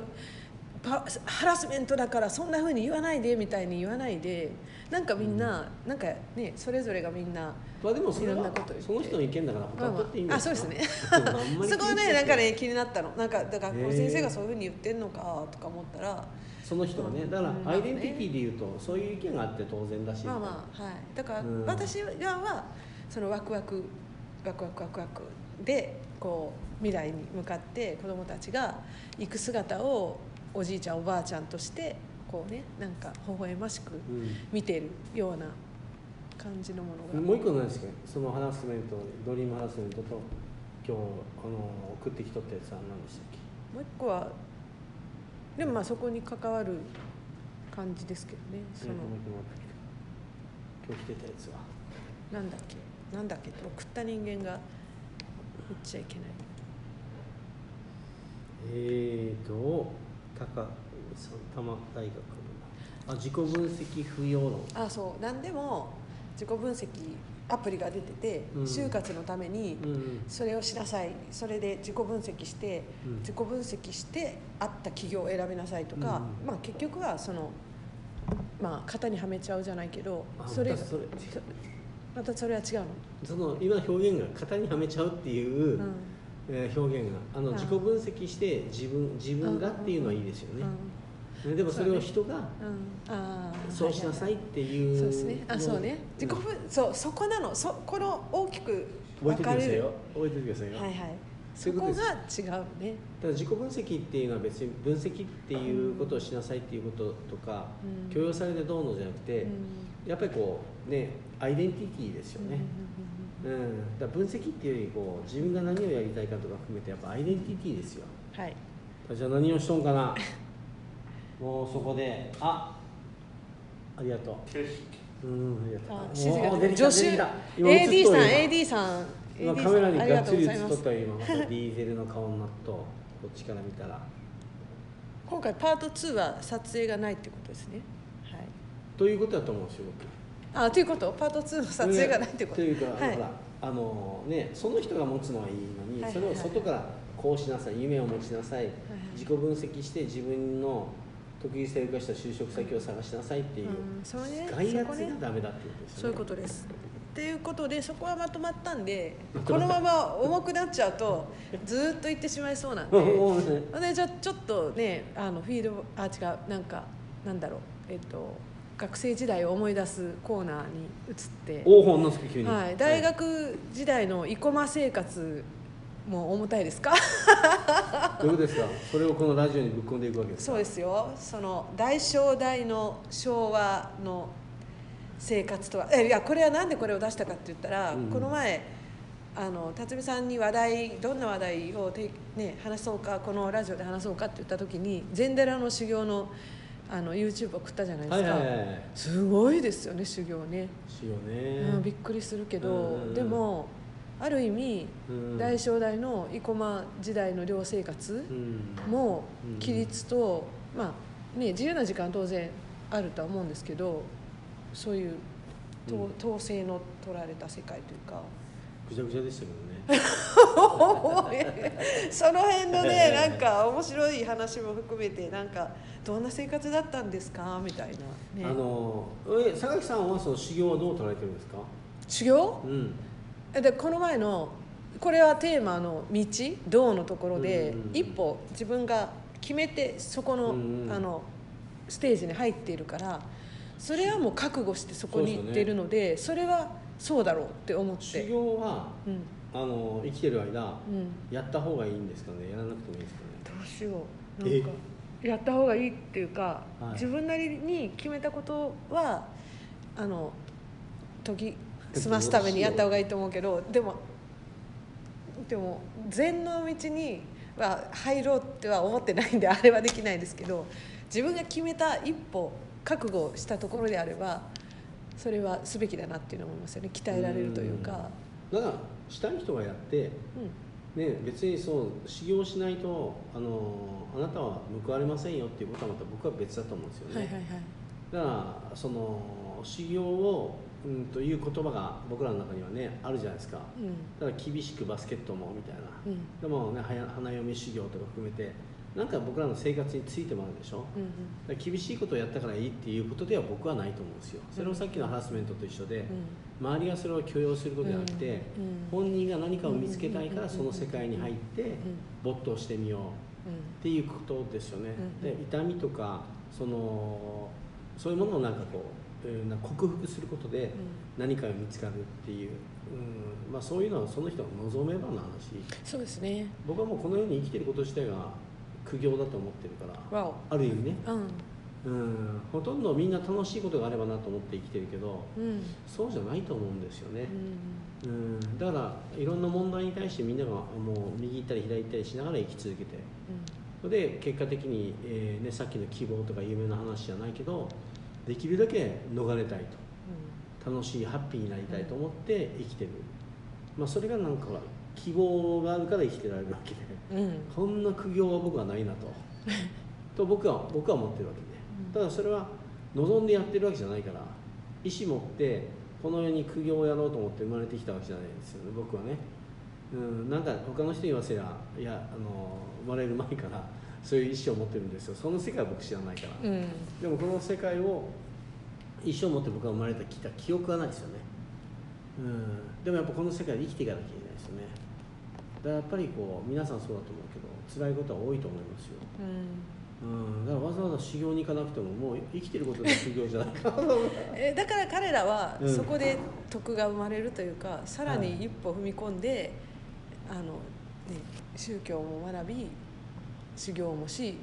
B: パハラスメントだからそんな風に言わないでみたいに言わないでなんかみんな、なんかねそれぞれがみんな
A: まあでもそれ
B: いろ
A: は
B: んなこと言って
A: その人の意見だから他取っていいんだよ
B: あそうですね
A: んあんまり気にし
B: そ
A: なくて
B: こはねなんかね気になったのなんかだから
A: へー
B: こう先生がそういう風に言ってんのかとか思ったら
A: その人がねだか
B: うん
A: らアイデンティティでいうとそういう意見があって当然だし
B: まあまあはいだから
A: うん
B: 私側はそのワクワクワクワクワクワクでこう未来に向かって子どもたちが行く姿をおじいちゃんおばあちゃんとしてこうねなんか微笑ましく
A: う
B: 見てるような感じのもの
A: ん、
B: が
A: もう一個なんですけどそのハラスメントドリームハラスメントと今日あの送ってきとったやつは何でしたっけ
B: もう一個はでもまあそこに関わる感じですけどねその
A: もう一個も今日来てたやつは
B: なんだっけなんだっけって送った人間が言っちゃいけない
A: えーと高さん多摩大学のあ自己分析不要論
B: あそう何でも自己分析アプリが出てて、
A: うん
B: 就活のために
A: うん
B: それをしなさいそれで自己分析して、
A: うん
B: 自己分析してあった企業を選びなさいとか、
A: うん
B: まあ結局はそのまあ型にはめちゃうじゃないけど
A: あ
B: それ
A: またそれ
B: またそれは違うの、
A: その今表現が型にはめちゃうっていう、
B: うん
A: えー表現があの
B: うん
A: 自己分析して自分自分がっていうのはいいですよね、ねでもそれを人が
B: うんうんあー
A: そうしなさいっていう
B: そうですね。あ、そうね。自己分、そう、そこなの、そ、この大きく
A: 覚えて
B: 分
A: おいてく
B: か
A: ださ
B: れ
A: い
B: る。
A: よ覚えておいてくださいよ、
B: はいはい。
A: そ
B: そう
A: いうこ
B: こと
A: で
B: が
A: す
B: 違うね。
A: ただ自己分析っていうのは別に分析っていうことをしなさいっていうこととか、
B: うん
A: 許容されてどうのじゃなくて、
B: うん
A: やっぱりこうねアイデンティティですよね、うんだから分析っていうよりこう自分が何をやりたいかとか含めてやっぱアイデンティティですよ
B: はい。
A: じゃあ何をしとんか なもうそこであありがと
C: 景色
A: ううんありがとう
B: あ
A: お、
B: 指示が
A: ー
B: 出
A: 出
B: る。
A: てきた
B: 助手。
A: 出て
B: AD
A: き
B: さ
A: た
B: ん、
A: 今映っとるよ今
B: AD さん。AD
A: カメラに
B: さん
A: がっつり映
B: ありが
A: っとっ
B: とうご
A: た
B: ざい
A: よ今また ディーゼルの顔になっとこっちから見たら
B: ます今回パート2は撮影がないってことですね。はい。
A: ということだと思うんですよ
B: あということパート2の撮影がないってこと
A: というか、
B: はい
A: ほらあのねその人が持つのはいいのに、
B: はい
A: それを外からこうしなさい夢を持ちなさい、自己分析して自分の得意性を生かした就職先を探しなさいっていう、
B: うんそうね
A: 外
B: そこ
A: 圧
B: ね
A: がダメだっていうことですよね
B: そういうことです。っていうことでそこはまとまったんで
A: まと
B: こ
A: ま
B: の
A: った
B: まま重くなっちゃうとずーっと行ってしまいそ うなんで
A: うんもうね
B: でじゃあちょっとねあのフィードあ違うなんかなんだろうえっと学生時代を思い出すコーナーに移って、
A: 大本の助急に、
B: はい、大学時代の生駒生活も重たいですか
A: どういうことですかそれをこのラジオにぶっ込んでいくわけです
B: そうですよその大正大の昭和の生活とはえいやこれはなんでこれを出したかって言ったら、
A: うん
B: この前あの辰巳さんに話題どんな話題をて、ね、話そうかこのラジオで話そうかって言った時に禅寺の修行のあの YouTube 送ったじゃないで
A: は
B: す
A: い
B: か、
A: はいはい
B: すごいですよね修行ね、
A: しようね、
B: うん、びっくりするけど、
A: うん
B: でもある意味、
A: うん
B: 大正大の生駒時代の寮生活、
A: うん
B: も
A: うん
B: 規律と、まあね、自由な時間当然あるとは思うんですけどそういうと
A: うん
B: 統制の取られた世界というか
A: ぐちゃぐちゃでしたけどね
B: その辺 の
A: え
B: ね
A: え
B: なんか面白い話も含めてなんかどんな生活だったんですかみたいな、
A: あ
B: ね、
A: のえ榊さんはその修行はどう捉えてるんですか
B: 修行
A: うん
B: でこの前のこれはテーマの道道のところで
A: うんうんうん
B: 一歩自分が決めてそこの,、
A: うんうん
B: あのステージに入っているからそれはもう覚悟してそこに行っているのでそれはそうだろうって思っ
A: 修
B: て、
A: 行は
B: うん
A: あの生きてる間
B: うん、
A: やった方がいいんですかねやらなくてもいいんですかね
B: どうしようなんかやった方がいいっていうか、
A: はい
B: 自分なりに決めたことはあの研ぎ澄ますためにやった方がいいと思うけどでもでも禅の道には入ろうっては思ってないんであれはできないですけど自分が決めた一歩覚悟したところであればそれはすべきだなっていうのを思いますよね鍛えられるというか。
A: だからしたい人がやって
B: うん
A: ね別にそう修行しないとあのあなたは報われませんよっていうことはまた僕は別だと思うんですよね、
B: はいはいはい
A: だからその修行を、うん、という言葉が僕らの中にはねあるじゃないですか
B: うん
A: だから厳しくバスケットもみたいな、
B: うん
A: でもねはや花嫁修行とか含めてなんか僕らの生活についてもあるでしょ、
B: うん
A: だから厳しいことをやったからいいっていうことでは僕はないと思うんですよそれもさっきのハラスメントと一緒で
B: うんう、ん
A: 周りがそれを許容することじゃなくて、
B: うんうん
A: 本人が何かを見つけたいか
B: うん
A: らその世界に入って没頭してみようっていうことですよね、
B: うんう
A: で痛みとかそのそういうものをなんかこう、えーな克服することで
B: うんうん
A: 何かが見つかるっていう、うんまあ、そういうのはその人が望めばの話
B: そうですね。
A: 僕はもうこの世に生きてること自体が苦行だと思ってるから
B: わ
A: ある意味ね
B: お。うん。
A: うんほとんどみんな楽しいことがあればなと思って生きてるけど
B: うん。
A: そうじゃないと思うんですよね、
B: うん。
A: うん、だからいろんな問題に対してみんながもう右行ったり左行ったりしながら生き続けてそれで結果的に、えーね、さっきの希望とか夢の話じゃないけどできるだけ逃れたいと楽しいハッピーになりたいと思って生きてる、まあ、それがなんかほら希望があるから生きてられるわけで
B: うん。うん。
A: こんな苦行は僕はないなと と僕は僕は思ってるわけで、
B: うん
A: ただそれは望んでやってるわけじゃないから意思持ってこの世に苦行をやろうと思って生まれてきたわけじゃないんですよね僕はねうんなんか他の人に言わせりゃいやあの生まれる前からそういう意思を持ってるんですよその世界は僕知らないから、
B: うん。
A: でもこの世界を一生持って僕が生まれてきた記憶はないですよね、うん、でもやっぱこの世界で生きていかなきゃいけないですよねだからやっぱりこう皆さんそうだと思うけど辛いことは多いと思いますよ、
B: うん。
A: うん、だからわざわざ修行に行かなくてももう生きてることで修行じゃないかな
B: え、だから彼らは
A: うん
B: そこで徳が生まれるというか、さらに一歩踏み込んで。あの。ね、宗教も学び。修行もし。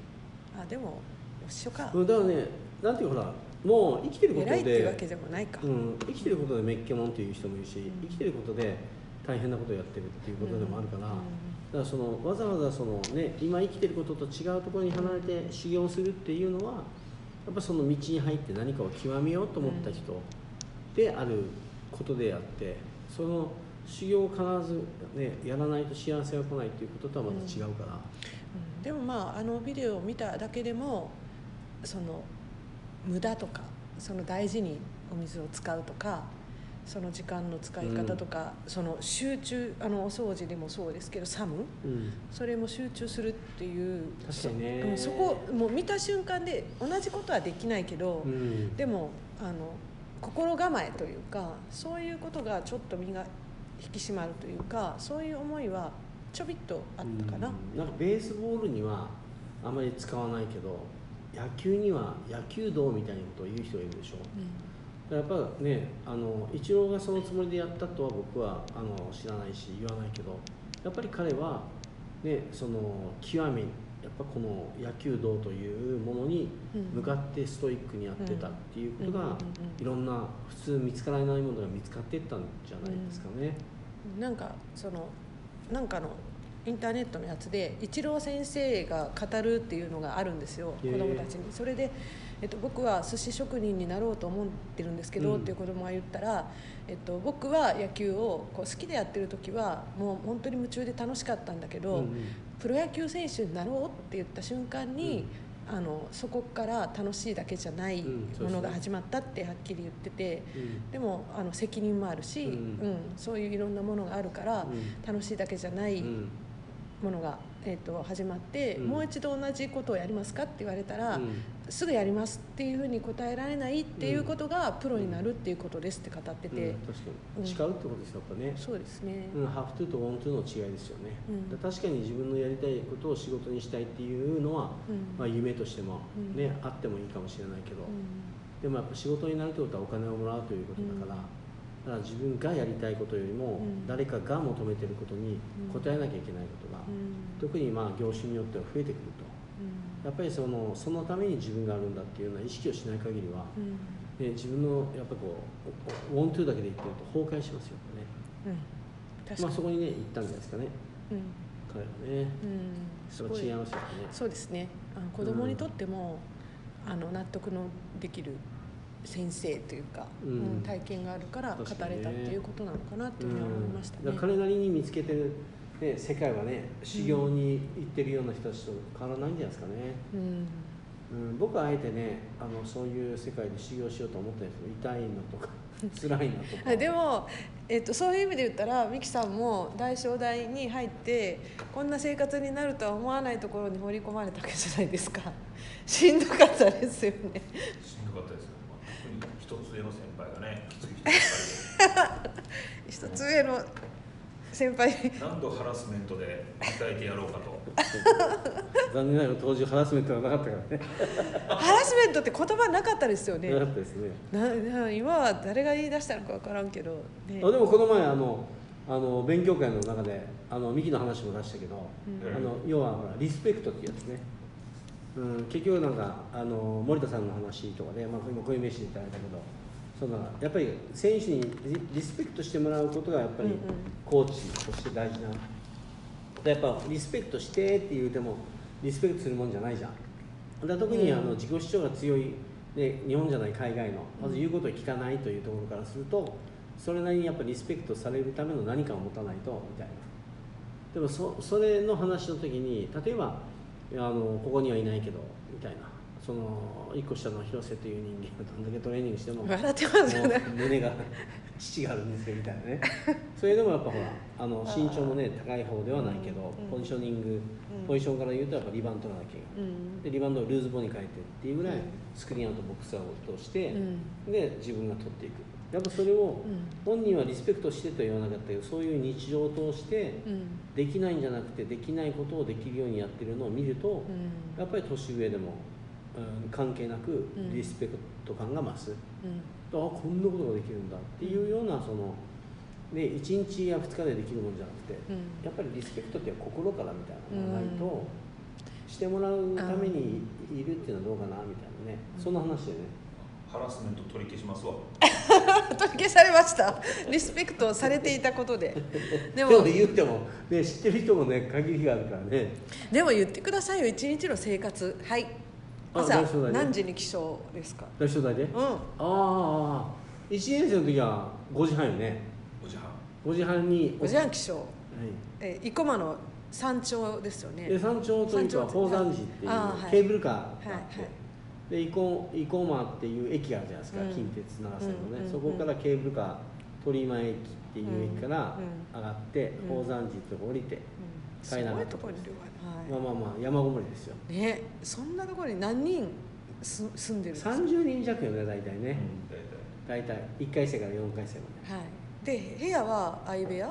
B: あ、でも。一緒か
A: う。んだからねなんていうかほらもう生きてること
B: 偉いっていうわ
A: で
B: けでもないか。
A: うん、生きてることでメッケモンっていう人もいるし生きてることで大変なことをやってるっていうことでもあるから、だからそのわざわざその、ね、今生きてることと違うところに離れて修行するっていうのはやっぱその道に入って何かを極めようと思った人であることであってその修行を必ず、ね、やらないと幸せは来ないっていうこととはまた違うから、
B: うんでもまああのビデオを見ただけでもその無駄とかその大事にお水を使うとかその時間の使い方とか、その集中あのお掃除でもそうですけどサム
A: うん、
B: それも集中するっていう
A: 確かにね
B: うんそこもう見た瞬間で同じことはできないけど、
A: うん、
B: でもあの心構えというかそういうことがちょっと身が引き締まるというかそういう思いはちょびっとあったかな。
A: うんなんかベースボールにはあまり使わないけど野球には野球道みたいなことを言う人がいるでしょだからやっぱねあのイチローがそのつもりでやったとは僕はあの知らないし言わないけどやっぱり彼は、ね、その極めにやっぱこの野球道というものに
B: うん
A: 向かってストイックにやってたっていうことが、
B: うんうんうんうん
A: いろんな普通見つからないものが見つかっていったんじゃないですかね。
B: なんかそのなんかのインターネットのやつでイチロー先生が語るっていうのがあるんですよ、
A: へえ
B: 子供たちにそれで、えっと、僕は寿司職人になろうと思ってるんですけど、
A: うん
B: っていう子供が言ったら、えっと、僕は野球をこう好きでやってる時はもう本当に夢中で楽しかったんだけど、
A: うんうん
B: プロ野球選手になろうって言った瞬間に、あのそこから楽しいだけじゃな
A: う
B: い
A: んそうですね
B: ものが始まったってはっきり言ってて。
A: うん
B: でもあの責任もあるし、
A: う
B: うんんそういういろんなものがあるから、
A: うん
B: 楽しいだけじゃない
A: うん
B: ものが、えー、と始まって、
A: うん
B: もう一度同じことをやりますかって言われたら、
A: うん
B: すぐやりますっていうふうに答えられないっていうことが、プロになるっていうことですって語ってて、
A: うん、確か
B: うん
A: に、誓うってことですよやっぱね、
B: そうですね、
A: うん、ハーフトゥーとワントゥーの違いですよね、
B: うん
A: だから確かに自分のやりたいことを仕事にしたいっていうのは、
B: うん
A: まあ、夢としても、
B: うん
A: ねあってもいいかもしれないけど、
B: う
A: でもやっぱ仕事になるってことはお金をもらうということだから、だから自分がやりたいことよりも、
B: うん
A: 誰かが求めてることに応えなきゃいけないことが、
B: んうん
A: 特にまあ業種によっては増えてくるとやっぱりそのそのために自分があるんだっていうような意識をしない限りは、
B: うんうん
A: ね、自分のやっぱこうオントゥーだけで言ってると崩壊しますよね
B: うん確
A: ま
B: か
A: あ
B: に、
A: そこにね行ったんじゃないですかね
B: うん
A: 彼はね
B: うん、
A: それは違いますよね
B: そうですねあの子供にとっても、あの納得のできる先生というか、
A: うん
B: うん体験があるから語
A: 確かにね
B: れたっていうことなのかなって
A: う
B: いうふうに思い
A: ん
B: ましたね。
A: だから彼なりに見つけてる、ね、世界はね修行に行ってるような人たちと変わらないんじゃないですかね、
B: うん
A: うん、僕はあえてねあのそういう世界で修行しようと思ってないですけど痛いのと か辛いのとか
B: あでも、えっと、そういう意味で言ったら美樹さんも大正大に入ってこんな生活になるとは思わないところに放り込まれたわけじゃないですか しんどかったですよね
C: しんどかったですよ、まあ、特に一つ上の先輩がねきつい人ばっかり
B: 一つ上の先輩に
C: で何度ハラスメントで鍛えてやろうかと
A: 残念ながら当時ハラスメントがなかったからね
B: ハラスメントって言葉なかったですよね
A: なかったですね
B: なな今は誰が言い出したのか分からんけど、ね、
A: あでもこの前あのあの勉強会の中であのミキの話も出したけど、
C: うん
A: あの要はほらリスペクトっていうやつね、うん、結局なんかあの森田さんの話とかで、まあ、今こういう名詞で言ってあれだけどそのやっぱり選手にリリスペクトしてもらうことがやっぱり
B: うんうん
A: コーチとして大事な、やっぱリスペクトしてって言うてもリスペクトするもんじゃないじゃんだから特にあの自己主張が強い、ね、日本じゃない海外のまず言うことを聞かないというところからするとそれなりにやっぱリスペクトされるための何かを持たないとみたいなでもそそれの話の時に例えばあのここにはいないけどみたいなその1個下の広瀬という人間がどんだけトレーニング しても
B: 笑ってますよね
A: もう胸が父があるんですよみたいなねそれでもやっぱほらあの身長もね高い方ではないけど、
B: うん
A: ポジショニング、
B: うん
A: ポジションから言うとやっぱリバウンド取らなきゃいけない、
B: うん
A: でリバウンドをルーズボールに変えてっていうぐらい
B: うん
A: スクリーンアウトボックスアウトして、
B: う
A: で自分が取っていくやっぱそれを
B: うん
A: 本人はリスペクトしてとは言わなかったけどそういう日常を通して
B: うん
A: できないんじゃなくてできないことをできるようにやってるのを見ると、
B: うん
A: やっぱり年上でも、うん、関係なく
B: うん
A: リスペクト感が増す、
B: うん
A: あこんなことができるんだっていうようなその、ね、1日や2日でできるもんじゃなくて、
B: うん
A: やっぱりリスペクトって心からみたいなのがないと、
B: うん
A: してもらうためにいるっていうのはどうかなみたいなね、そんな話でね
C: ハラスメント取り消しますわ
B: 取り消されましたリスペクトされていたことでで
A: で
B: も
A: も言っても、ね、知ってる人もね限りがあるからね
B: でも言ってくださいよ一日の生活はい
A: あ
B: 朝
A: 大丈夫だね
B: 何時に起床ですか
A: 大丈夫だね
B: うん
A: ああ1年生の時は5時半よね
C: おじはん
A: 5時半に
B: 5時半起床
A: はい
B: え生駒の山頂ですよ
A: で
B: ね
A: 山頂というか
B: 山頂
A: 宝山寺っていう
B: あーはい
A: ケーブルカーがあって、
B: はいはい
A: で生駒生駒っていう駅あるじゃないですか、
B: うん
A: 近鉄長瀬の
B: うんうん
A: ね、
B: うん
A: そこからケーブルカー鳥居前駅っていう駅から上がって、
B: うん
A: 宝山寺のとこ降りて、
B: すごいところにいるわね、
A: まあまあまあ山ごもりですよ
B: ねそんなところに何人す住んでるんですか、はい、
A: 30人弱よね大体
C: う
A: ね、
C: ん大体
A: 大体1回生から4回生ま
B: で部屋は相部屋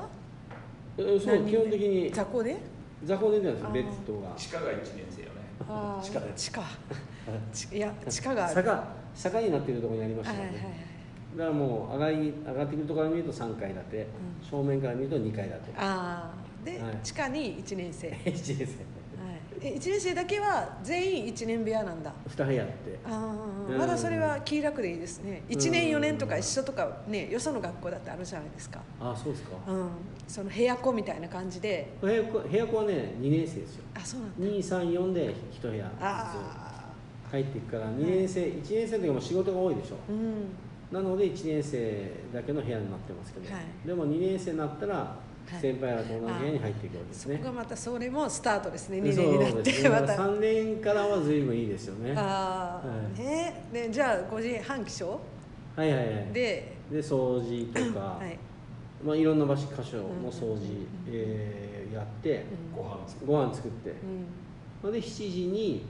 A: で、えそう
B: 何人
A: 基本的に
B: 雑魚で
A: 雑魚寝てるんですよ
B: あー
A: ベッドが
C: 地下が1年生よね
B: あー
A: 地下で
B: 地下ちいや地下がある
A: 坂坂になってるところにありまし
B: は
A: たの
B: いは
A: で、
B: いはい
A: だからもう上がり上がってくるところから見ると3階建て、
B: う
A: 正面から見ると2階建
B: ああで、
A: はい
B: 地下に1年生、はい、
A: て1年
B: え1年生だけは全員1年部屋なんだ
A: 生2部屋あって
B: あー
A: うん
B: まだそれは気楽でいいですね
A: うん
B: 1年4年とか一緒とかねよその学校だってあるじゃないですか、
A: ああそうですか、
B: うん、その部屋子みたいな感じで
A: 部屋子部屋子はね2年生ですよ
B: あそうなんだ
A: 234で1部屋ず
B: あ
A: つ帰っていくから2年生、1年生の時はもう仕事が多いでしょ
B: あうん
A: なので1年生だけの部屋になってますけど、
B: はい
A: でも2年生になったら
B: い
A: 先輩らと同じ部屋に入っていくわけです
B: そ
A: ね、
B: こがまたそれもスタートですね2
A: そ
B: 年
A: う
B: になっ
A: ですね
B: てま
A: だから
B: た
A: 3年からは随分いいですよねは
B: あ
A: は
B: あ
A: い
B: ねでじゃあ5時半起床
A: いはいはいで
B: で
A: 掃除とか、
B: はい
A: まあ、いろんな場所箇所の掃除、
B: うん
A: えーやって
B: うん
C: ご飯作る
A: ご飯作って
B: うん
A: それで7時に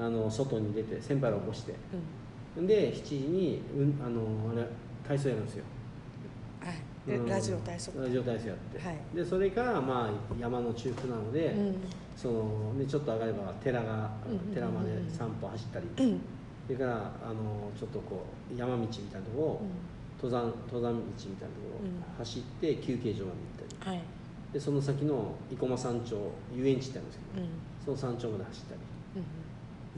A: あの外に出て先輩ら起こして
B: うん
A: で7時に、うん、あのあれ体操やるんですよ、
B: はいで
A: うん
B: ラジオ体操
A: ラジオ体操やって、
B: はい
A: でそれから、まあ、山の中腹なので、
B: うん
A: そのね、ちょっと上がれば寺が
B: うん
A: 寺まで
B: うん
A: 散歩走ったり、
B: うん
A: それからあのちょっとこう山道みたいなところを、登山登山道みたいなところ
B: うん
A: を走って休憩所まで行ったり
B: はい
A: でその先の生駒山頂遊園地ってあるんですけ
B: う
A: ど
B: ん
A: その山頂まで走ったり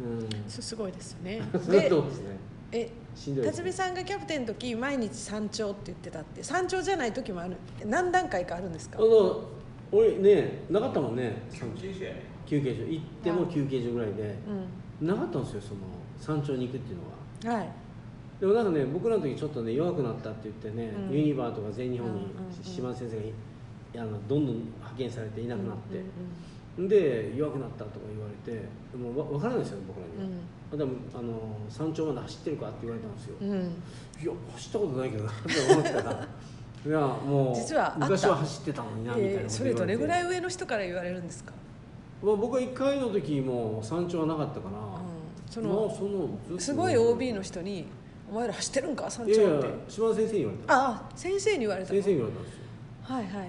B: うん
A: うん
B: そすごいですよ ね
A: そう
B: で
A: ですね
B: え
A: しんどいです
B: 辰
A: ね
B: 巳さんがキャプテンの時毎日山頂って言ってたって山頂じゃない時もある何段階かあるんですか
A: あの俺ねなかったもんね
C: 休憩所やね
A: 休憩所行っても休憩所ぐらいで
B: う
A: なかったんですよその山頂に行くっていうのは
B: んはい
A: でもなんかね僕らの時ちょっとね弱くなったって言ってね、
B: うん
A: ユニバーとか全日本に
B: うんうんうん
A: 島津先生がいあのどんどん派遣されていなくなって、
B: うん
A: で弱くなったとか言われてでもわ分からないですよね僕ら
B: う
A: には、
B: ん
A: でもあの山頂まで走ってるかって言われたんですよ、
B: うんうん
A: いや走ったことないけどなって思ったらいやもう
B: 実はあった
A: 昔は走ってたのになみたいな
B: え
A: こ
B: ー
A: と
B: そ
A: 言
B: れ
A: わ
B: ど
A: れ
B: れ
A: て
B: ぐらい上の人から言われるんですか、
A: まあ、僕は1回の時も山頂はなかったから、
B: うんそ
A: まあ
B: の
A: そのずっと
B: すごい OB の人に「お前ら走ってるんか山頂」
A: い
B: っ
A: や
B: て
A: いや島田先生に言われた
B: ああ先生に言われたの
A: 先生に言われたんですよ
B: はいはいはい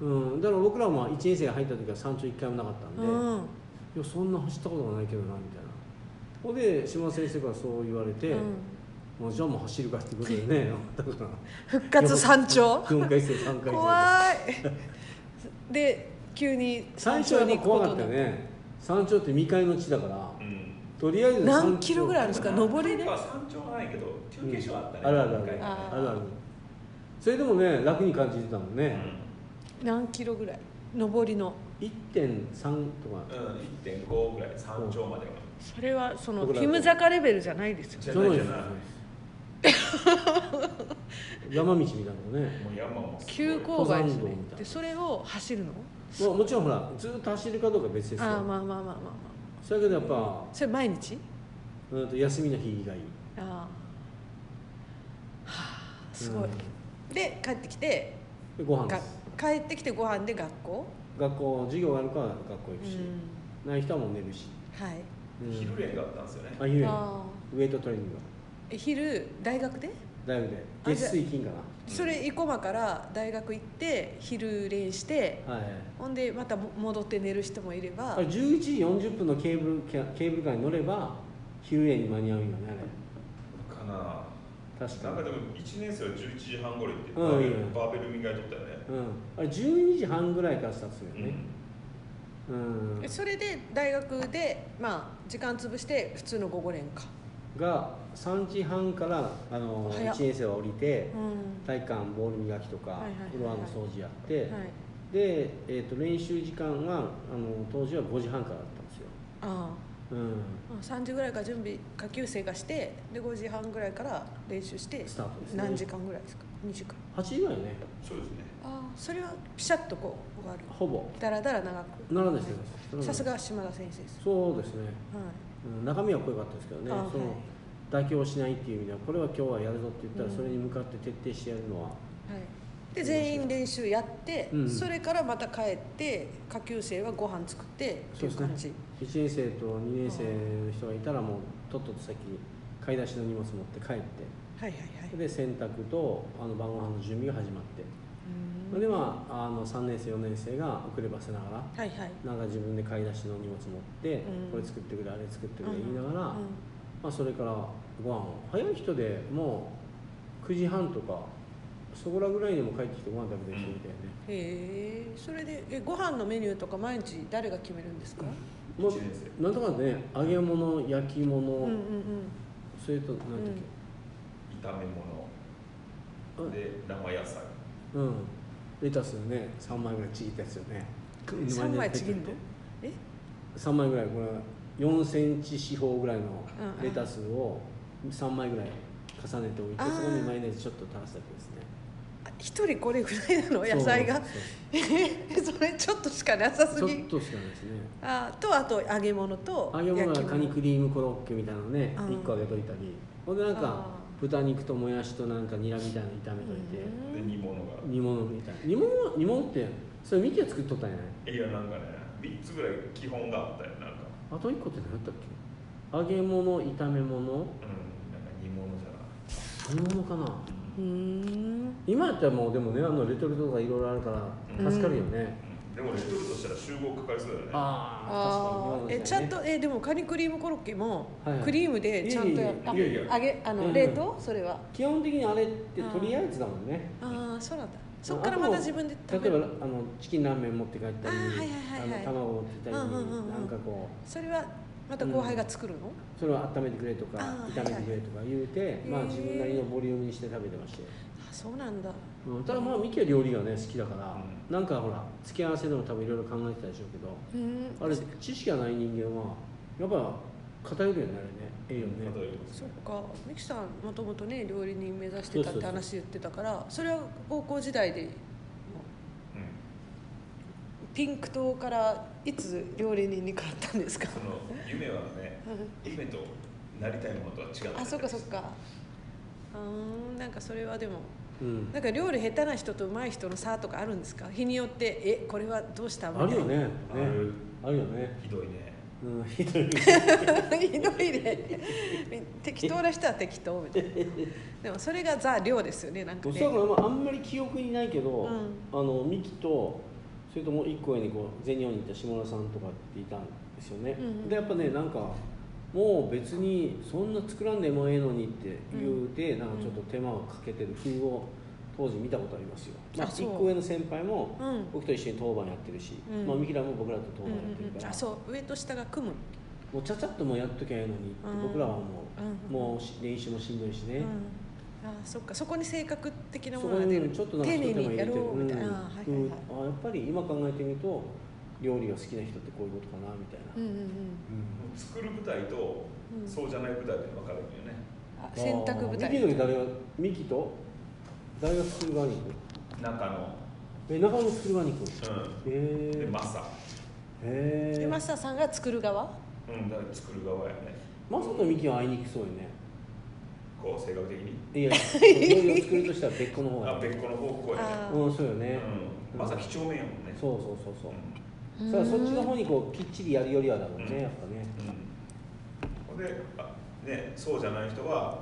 A: うん、だから僕らも1年生が入った時は山頂1回もなかったんで、い
B: うん
A: やそんな走ったことがないけどなみたいなほんで島田先生からそう言われて、
B: うん
A: もうじゃあもう走るかってことでね だから
B: 復活山頂
A: 4回生3回生
B: 怖 いで急に
A: 山
B: 山
A: 頂
B: 頂
A: は
B: に行くこ
A: 怖か
B: と
A: っ
B: に
A: た
B: な
A: よ
B: って
A: ね山頂って未開の地だから
C: うん
A: とりあえず山頂
B: 何キロぐらいあるんですか登りで
C: 山頂は山頂はないけど休憩所はあったね、
A: あるあるある
C: 一回
B: あー
A: あるあるそれでもね楽に感じてたもんね、
B: 何キロぐらい上りの
A: 1.3とか
C: うん、うん、1.5ぐらい山頂までは
B: それはその
A: 僕ら
B: キム坂レベルじゃないですよ
C: じゃ
A: そ
C: な
A: う
C: い
A: で
C: じ
A: す
C: ゃない
A: 山道みたいなのね
C: もう山もすごい
B: 急勾配です
A: 登山道
B: ね
A: みたいな
B: でそれを走るの
A: まあもちろんほらずっと走るかどうかは別ですよ
B: ああまあまあまあまあまあ
A: それけどやっぱ、
B: それ毎日
A: うん、と休みの日以外
B: ああはあすごい、で帰ってきて
A: うんご飯で
B: が
A: す
B: 帰ってきてご飯で学校
A: 学校授業があるから学校行くし、
B: うん
A: ない人はもう寝るし、
B: はい
A: うん、
C: 昼練があったんですよね
A: あ昼練
B: あ
A: ウエイトトレーニングは
B: あ昼大学で
A: だいぶで
B: あじゃ
A: 月
B: あ
A: 水金か
B: それ生駒から大学行って昼練して
A: なはいはい
B: ほんでまたも戻って寝る人もいれば
A: あれ11時40分のケーブルケケーブルカーに乗れば昼夜に間に合うよね
C: かな
A: あれ確
C: なん
A: か
C: か
A: に
C: でも1年生は11時半頃行って
A: うん
C: バーベル,、
A: うん
C: バーベル磨いとったよね
A: うんあれ12時半ぐらいからスタートするよねうん、
B: それで大学でまあ時間潰して普通の午後練か
A: が3時半からあの
B: 早っ
A: 1年生は降りて
B: うん
A: 体育館ボール磨きとか
B: はいはいはいはい
A: フロアの掃除やって、
B: はい
A: で、えー、と練習時間はあの当時は5時半からだったんですよ、
B: あ
A: う
B: あ3時ぐらいから準備下級生がしてで5時半ぐらいから練習して
A: ん、スタートですね
B: 何時間ぐらいですか2時間
A: 8時ぐらいね
C: そうですね
B: ああそれはピシャッとこう終わる
A: ほぼ
B: だらだら長く
A: ならですね
B: さすが島田先生です、
A: そうですね
B: はい、
A: うん中身は濃いかったですけどね
B: あはい
A: その妥協しないっていう意味ではこれは今日はやるぞって言ったら、
B: うん
A: それに向かって徹底してやるのは
B: はい、で全員練習やって、
A: うん
B: それからまた帰って下級生はご飯作ってっていう感じ
A: 1年生と2年生の人がいたらもうとっとと先に買い出しの荷物持って帰って
B: はいはいはい
A: で洗濯とあの晩ご飯の準備が始まって
B: う
A: そ
B: ー
A: れ
B: ん
A: でまああの3年生4年生が遅ればせながら
B: はいはい
A: なんか自分で買い出しの荷物持って、
B: うん
A: これ作ってくれあれ作ってくれ
B: うん
A: 言いながら、
B: うん
A: まあ、それからご飯を早い人でもう9時半とかそこらぐらいにも帰ってきてご飯食べてる人みたいね、
B: へえそれでえご飯のメニューとか毎日誰が決めるんですか、
C: 1年生
A: うなんとかね揚げ物焼き物、
B: うんうん
A: それと何だっ
C: 炒め
A: う
C: 物
A: ん
C: で生野菜
A: けうん、レタスね3枚ぐらいちぎったやつよね
B: うん3枚ちぎるの
A: て
B: え
A: 3枚ぐらいこれ4センチ四方ぐらいの
B: うんうん
A: レタスを3枚ぐらい重ねておいて、
B: あー
A: そこにマヨネーズちょっと垂らすだけですね
B: あ一人これぐらいなの野菜が
A: そう
B: えそれちょっとしかなさす
A: そうそうちょ
B: ぎ
A: っとしかないですね
B: あとあと揚げ物と
A: 揚げ物
B: 焼
A: は
B: き
A: カニクリームコロッケみたいなのね
B: うん
A: 1個あげといたりほんでなんか
B: あ
A: 豚肉ともやしとなんかニラみたいなの炒めといて
B: うん
C: で煮物が
A: 煮物みたいな煮物は煮物ってそれ見て作っとったんやない
C: いやなんかね3つぐらい基本があったよなんか
A: あと1個って何だったっけ揚げ物炒め物
C: うんなんか煮物じゃない
A: 煮物かな
B: うーん
A: 今やったらもうでもねあのレトルトとかいろいろあるから助かるよね、
C: うんでもレトルトしたら集合かかりそうだよね
A: ああ
B: あ
A: 確かに今の時代
B: ー
A: ね
B: えちゃんとえでもカニクリームコロッケも
A: はいはい
B: クリームでちゃんとやっ
A: いえいえ
B: たあ
C: いえいえ
B: 揚げあ
A: いえい
B: の
A: え
B: 冷凍それは
A: 基本的にあれってとりあえずだもんね
B: ああそうなんだそっからまた自分で食べ
A: 例え
B: る
A: ばあのチキンラーメン持って帰ったり
B: あーはいはいはいはい
A: あの卵持って帰ったり、
B: うんうんうんうん
A: なんかこう
B: それはまた後輩が作るの
A: それを温めてくれとか
B: あー
A: 炒めてくれとか言うて、まあ
B: へー
A: 自分なりのボリュームにして食べてましたよ、
B: あそうなんだ
A: うん、ただまあミキは料理がね好きだから、
C: う
A: なんかほら付け合わせでも多分いろいろ考えてたでしょうけど
B: うーん
A: あれ知識がない人間はやっぱ偏るよねあれね栄養
C: 例
A: ね
C: えば
B: そっかミキさんもともとね料理人目指してたって話言ってたからそれは高校時代で
C: うん
B: ピンク島からいつ料理人に変わったんですか
C: その夢はね夢となりたいものとは違うんだよね
B: あそっかそっかうーんなんかそれはでも
A: うん
B: なんか料理下手な人と上手い人の差とかあるんですか日によってえこれはどうしたみた
A: あ
B: いな
A: るよねね
C: ある
A: あるよね
C: ひどいね
A: うんひどい
B: ひどい ね適当な人は適当みたいなでもそれがザ量ですよねなんか
A: そう
B: ね
A: だからまああんまり記憶にないけど、
B: うん
A: あのミキとそれともう一個上にこう全日本にいた下田さんとかっていたんですよね、
B: うんうん
A: でやっぱねなんかもう別にそんな作らんでもええのにって言うて、なんかちょっと手間をかけてる風を当時見たことありますよ、まあ、
B: あそう
A: 一個上の先輩も
B: うん
A: 僕と一緒に当番やってるし、
B: うん
A: まあ、ミキらも僕らと当
B: うんう
A: 番
B: ん
A: やってる
B: う
A: か
B: ん
A: ら、
B: あそう上と下が組む
A: もうちゃちゃっともうやっときゃええのにって僕らはもう、
B: うん
A: もうし練習もしんどいしね、
B: うんあそっかそこに性格的な
A: そ
B: も
A: こ
B: のが出る
A: にちょっとなんか
B: 丁寧
A: 一手間
B: に
A: 入
B: や
A: れて
B: ろ
A: る
B: うみたいな、
A: うん
B: あはいはいはい
A: うんあやっぱり今考えてみると料理が好きな人ってこういうことかなみたいな、
B: うんうんうん
A: うん
C: 作る舞台と
B: うん
C: そうじゃない舞台って分かれるよね
B: あ洗濯舞
A: あーミキの時
B: 台
A: 誰がミキと誰が作る側に行く
C: 中野
A: え中野作る側に行く
C: う
A: へ
C: んで
A: え
C: マサ
A: へ
B: で
A: え
B: マスターさんが作る側
C: うんだから作る側やね
A: マサとミキは会いに行きそうよね
C: こう性格的に
A: いや料理を作るとしたら別個の方
C: あ
A: が
C: 別個の方向やね
B: あ
A: うんそうよね、
C: うんマサ几帳面やもんね
A: そうそうそうそううんそれはそっちの方にこうきっちりやるよりはだもんね、
C: うん
A: やっぱね
C: うん、であねそうじゃない人は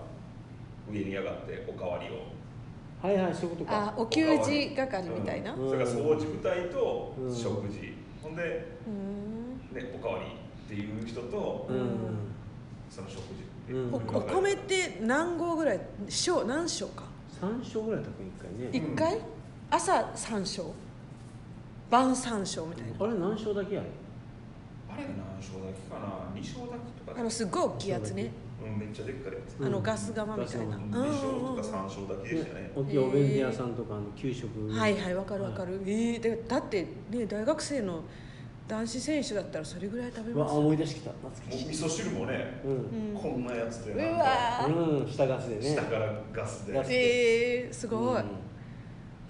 C: 上に上がっておかわりを
A: はいはいそういうこと
B: あ
A: か
B: お給仕係みたいな
A: う
B: うんん
C: それから掃除部隊と
A: うん
C: 食事、ほんで、ね、おかわりっていう人と、
A: うん、
C: その食事って
A: うん
B: おお米って何合ぐらい小何升か
A: 三升ぐらい炊くん一回ね
B: 一回、朝三升晩三升みたい
A: あ
B: な
A: れ何章だけやる
C: あれ何升炊きかな2升炊きとか
B: あのすっごい大きいやつね
C: うん、めっちゃでっかいやつ、
A: うん
B: あのガス釜みたいな、
A: う
B: う
C: うんん、
B: うん
C: 2升
B: うん
C: とか3升炊きでしたね、
A: 大きいお弁当屋さんとかあの給食
B: はいはいわかるわかる、ええでだってね大学生の男子選手だったらそれぐらい食べ
A: うわ
B: ます
A: 思い出してきた懐か
C: も
A: し
C: う味
A: い
C: 噌汁もね、
A: うん、
B: うん
C: こんなやつで
B: う
C: なんか
B: わ
A: うん、下ガスでね
C: 下からガスで
A: ガス
B: ーええすごい、
A: うん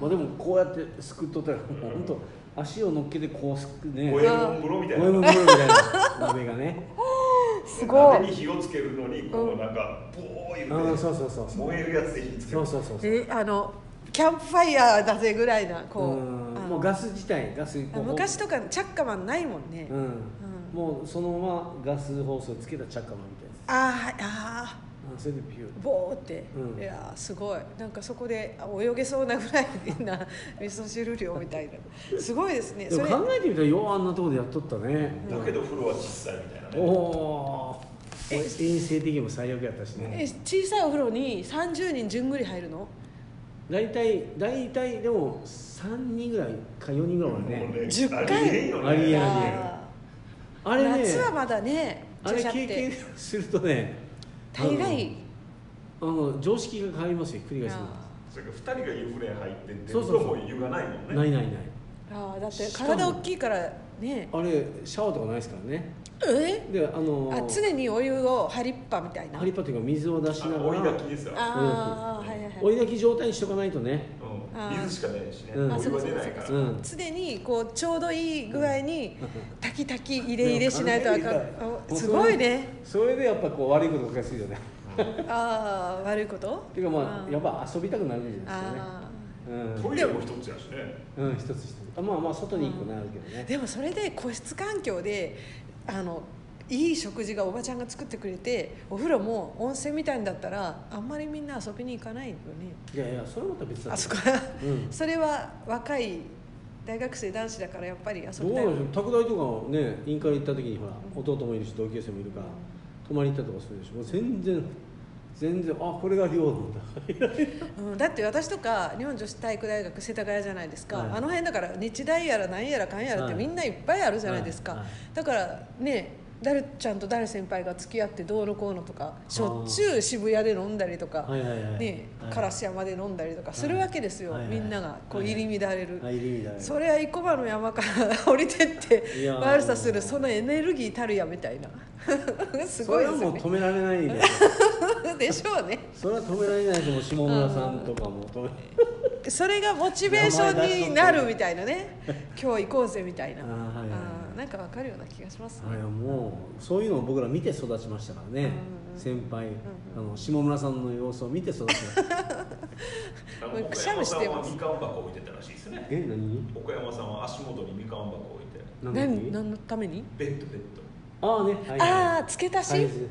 A: まあでもこうやってすくっとったらもうほんと足を乗っけてこうすくね
C: 五右衛門風呂みたい
A: 五右衛
C: な
A: 門風呂みたいな鍋がね
B: すごい
C: 鍋に火をつけるのにこ
B: うん
C: うなんかボー
A: あ
C: 言
A: あ
C: うて
A: そうそうそうそう
C: 燃えるやつで火つけ
A: そ
C: る
A: うそうそうそう
B: えあのキャンプファイヤーだぜぐらいなこう
A: うん
B: あの
A: もうガス自体ガスもう
B: 昔とかチャッカマンないもんね、
A: うん、
B: うん
A: もうそのままガス放送つけたチャッカマンみたいなや
B: あーはいあ
A: つあそれでピュー
B: ーボーって、
A: うん
B: いやーすごいなんかそこで泳げそうなぐらいな味噌汁量みたいなすごいですね
A: で
B: そ
A: も
B: れ
A: 考えてみたらようあんなとこでやっとったね、
C: だけど風呂は小さいみたいな
A: お
C: ね
A: おー衛生的にも最悪やったし
B: え
A: ね
B: 小さいお風呂に30人じゅんぐり入るの
A: 大体大体でも3人ぐらいか4人ぐらいは
C: もう
A: ね
C: ね
B: 10回
C: ありえんよね
A: ありえん
B: あ
A: あれね
B: 夏はまだね
A: あれ
B: 注射っ
A: 経
B: て
A: 験するとね
B: 大概
A: あの常識が変わりますよひっくり返す
B: あ
C: それから二人が湯船入ってって
A: そう
C: 風
A: そう
C: 呂
A: そう
C: も湯がないもん
A: のな
C: ね
A: いないない
B: ーあーだって
A: しかも
B: 体大きいからね
A: あれシャワーとかないですからね
B: え
A: であの
B: あ常にお湯を張りっぱみたいな
A: ハリパというか水を出し
C: あ
A: な
C: の追
A: が
C: い
A: ら
C: 炊きですよ
B: ああはいはい
A: 追
B: はい
A: い炊き状態にしとかないとね
C: うん
B: あー
C: 水しかないしね
A: うん
C: お
A: あ
C: 湯
B: そうか
C: は
B: そう
C: 出
B: か
C: ないか
A: う
C: ら
A: ん
B: 常にこうちょうどいい具合に炊き炊き入れ入れしないとあかん
A: でも完全に入れた
B: あすごいね
A: それでやっぱこう悪いことが起きやすいよね
B: ああ悪いこと
A: っていうかま
B: あ
A: あ
B: ー
A: やっぱ遊びたくなるじゃない
B: あ
A: ですか
C: ト
A: ね
C: イレも一つやしね
A: うん、うん、一つ一つあまあまあ外に行くのあるけど
B: ー
A: ね
B: でもそれで個室環境であのいい食事がおばちゃんが作ってくれてお風呂も温泉みたいんだったらあんまりみんな遊びに行かないよね
A: いやいやそれはまた別だ
B: あそこ
A: うん
B: それは若い大学生男子だからやっぱり遊
A: どう
B: びた
A: ないんでしょう拓大とかね委員会行った時にほら弟もいるし同級生もいるから泊まり行ったりとかするでしょもう全然全然あこれが寮な んだ
B: うん、だって私とか日本女子体育大学世田谷じゃないですか、
A: はい
B: あの辺だから日大やら何やらかんやらっ
A: は
B: て
A: い
B: みんないっぱいあるじゃないですか、
A: はいはい
B: だからね誰ちゃんと誰先輩が付き合ってどうのこうのとかしょっちゅう渋谷で飲んだりとか、
A: はいはいはい
B: ね
A: はい
B: 烏山で飲んだりとかするわけですよ、
A: はいはい
B: みんながこう入り乱れる、
A: 入り乱れる
B: それは生駒の山から降りてっ
A: い
B: て
A: やー
B: 悪さするそのエネルギーたるやみたいな すごいです
A: それは
B: よ
A: もう
B: ね
A: 止められない で
B: でしょうね
A: それは止められないですもう下村さんとかも止め
B: それがモチベーションになるみたいなね今日行こうぜみたいな
A: あーはいはいはい
B: あーなんかわかるような気がしますね
A: あれはもうそういうのを僕ら見て育ちましたからね、
B: うん
A: 先輩、あの下村さんの様子を見て育ちました
C: あの
B: もうくしゃみして
C: 岡山
B: ま
C: さん
B: す
C: はみかん箱置いてたらしいですね
A: え何
C: 岡山さんは足元にみかん箱置いて
A: 何の
B: 何
A: 時
B: 何のために
C: ベッドベッド
A: ああね、はいはい
B: ああ付け足
A: サ
B: し
A: イズ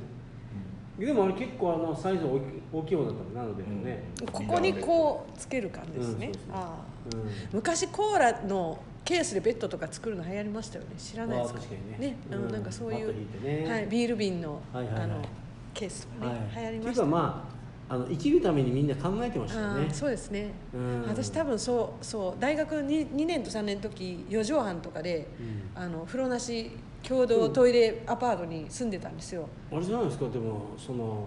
A: でもあれ結構あのサイズ大き大きい方だったらなのでね、
B: ここにこうつける感じですね
A: うんそうそう
B: あー
A: うん
B: 昔コーラのケースでベッドとか作るの流行りましたよね知らないですか
A: あー確かにね
B: あの
A: うん
B: なんかそうい
A: バット
B: う
A: 引いてね
B: はいビール瓶のあ
A: はいはいはい
B: のケースとかね流行りま
A: っ
B: して
A: い
B: た
A: うかまああの生きるためにみんな考えてましたよ
B: あ
A: ね
B: ーそうですね、
A: うん
B: 私多分そうそう大学 2, 2年と3年の時四畳半とかで、あの風呂なし共同トイレアパートに住んでたんですよ、
A: あれじゃないですかでもその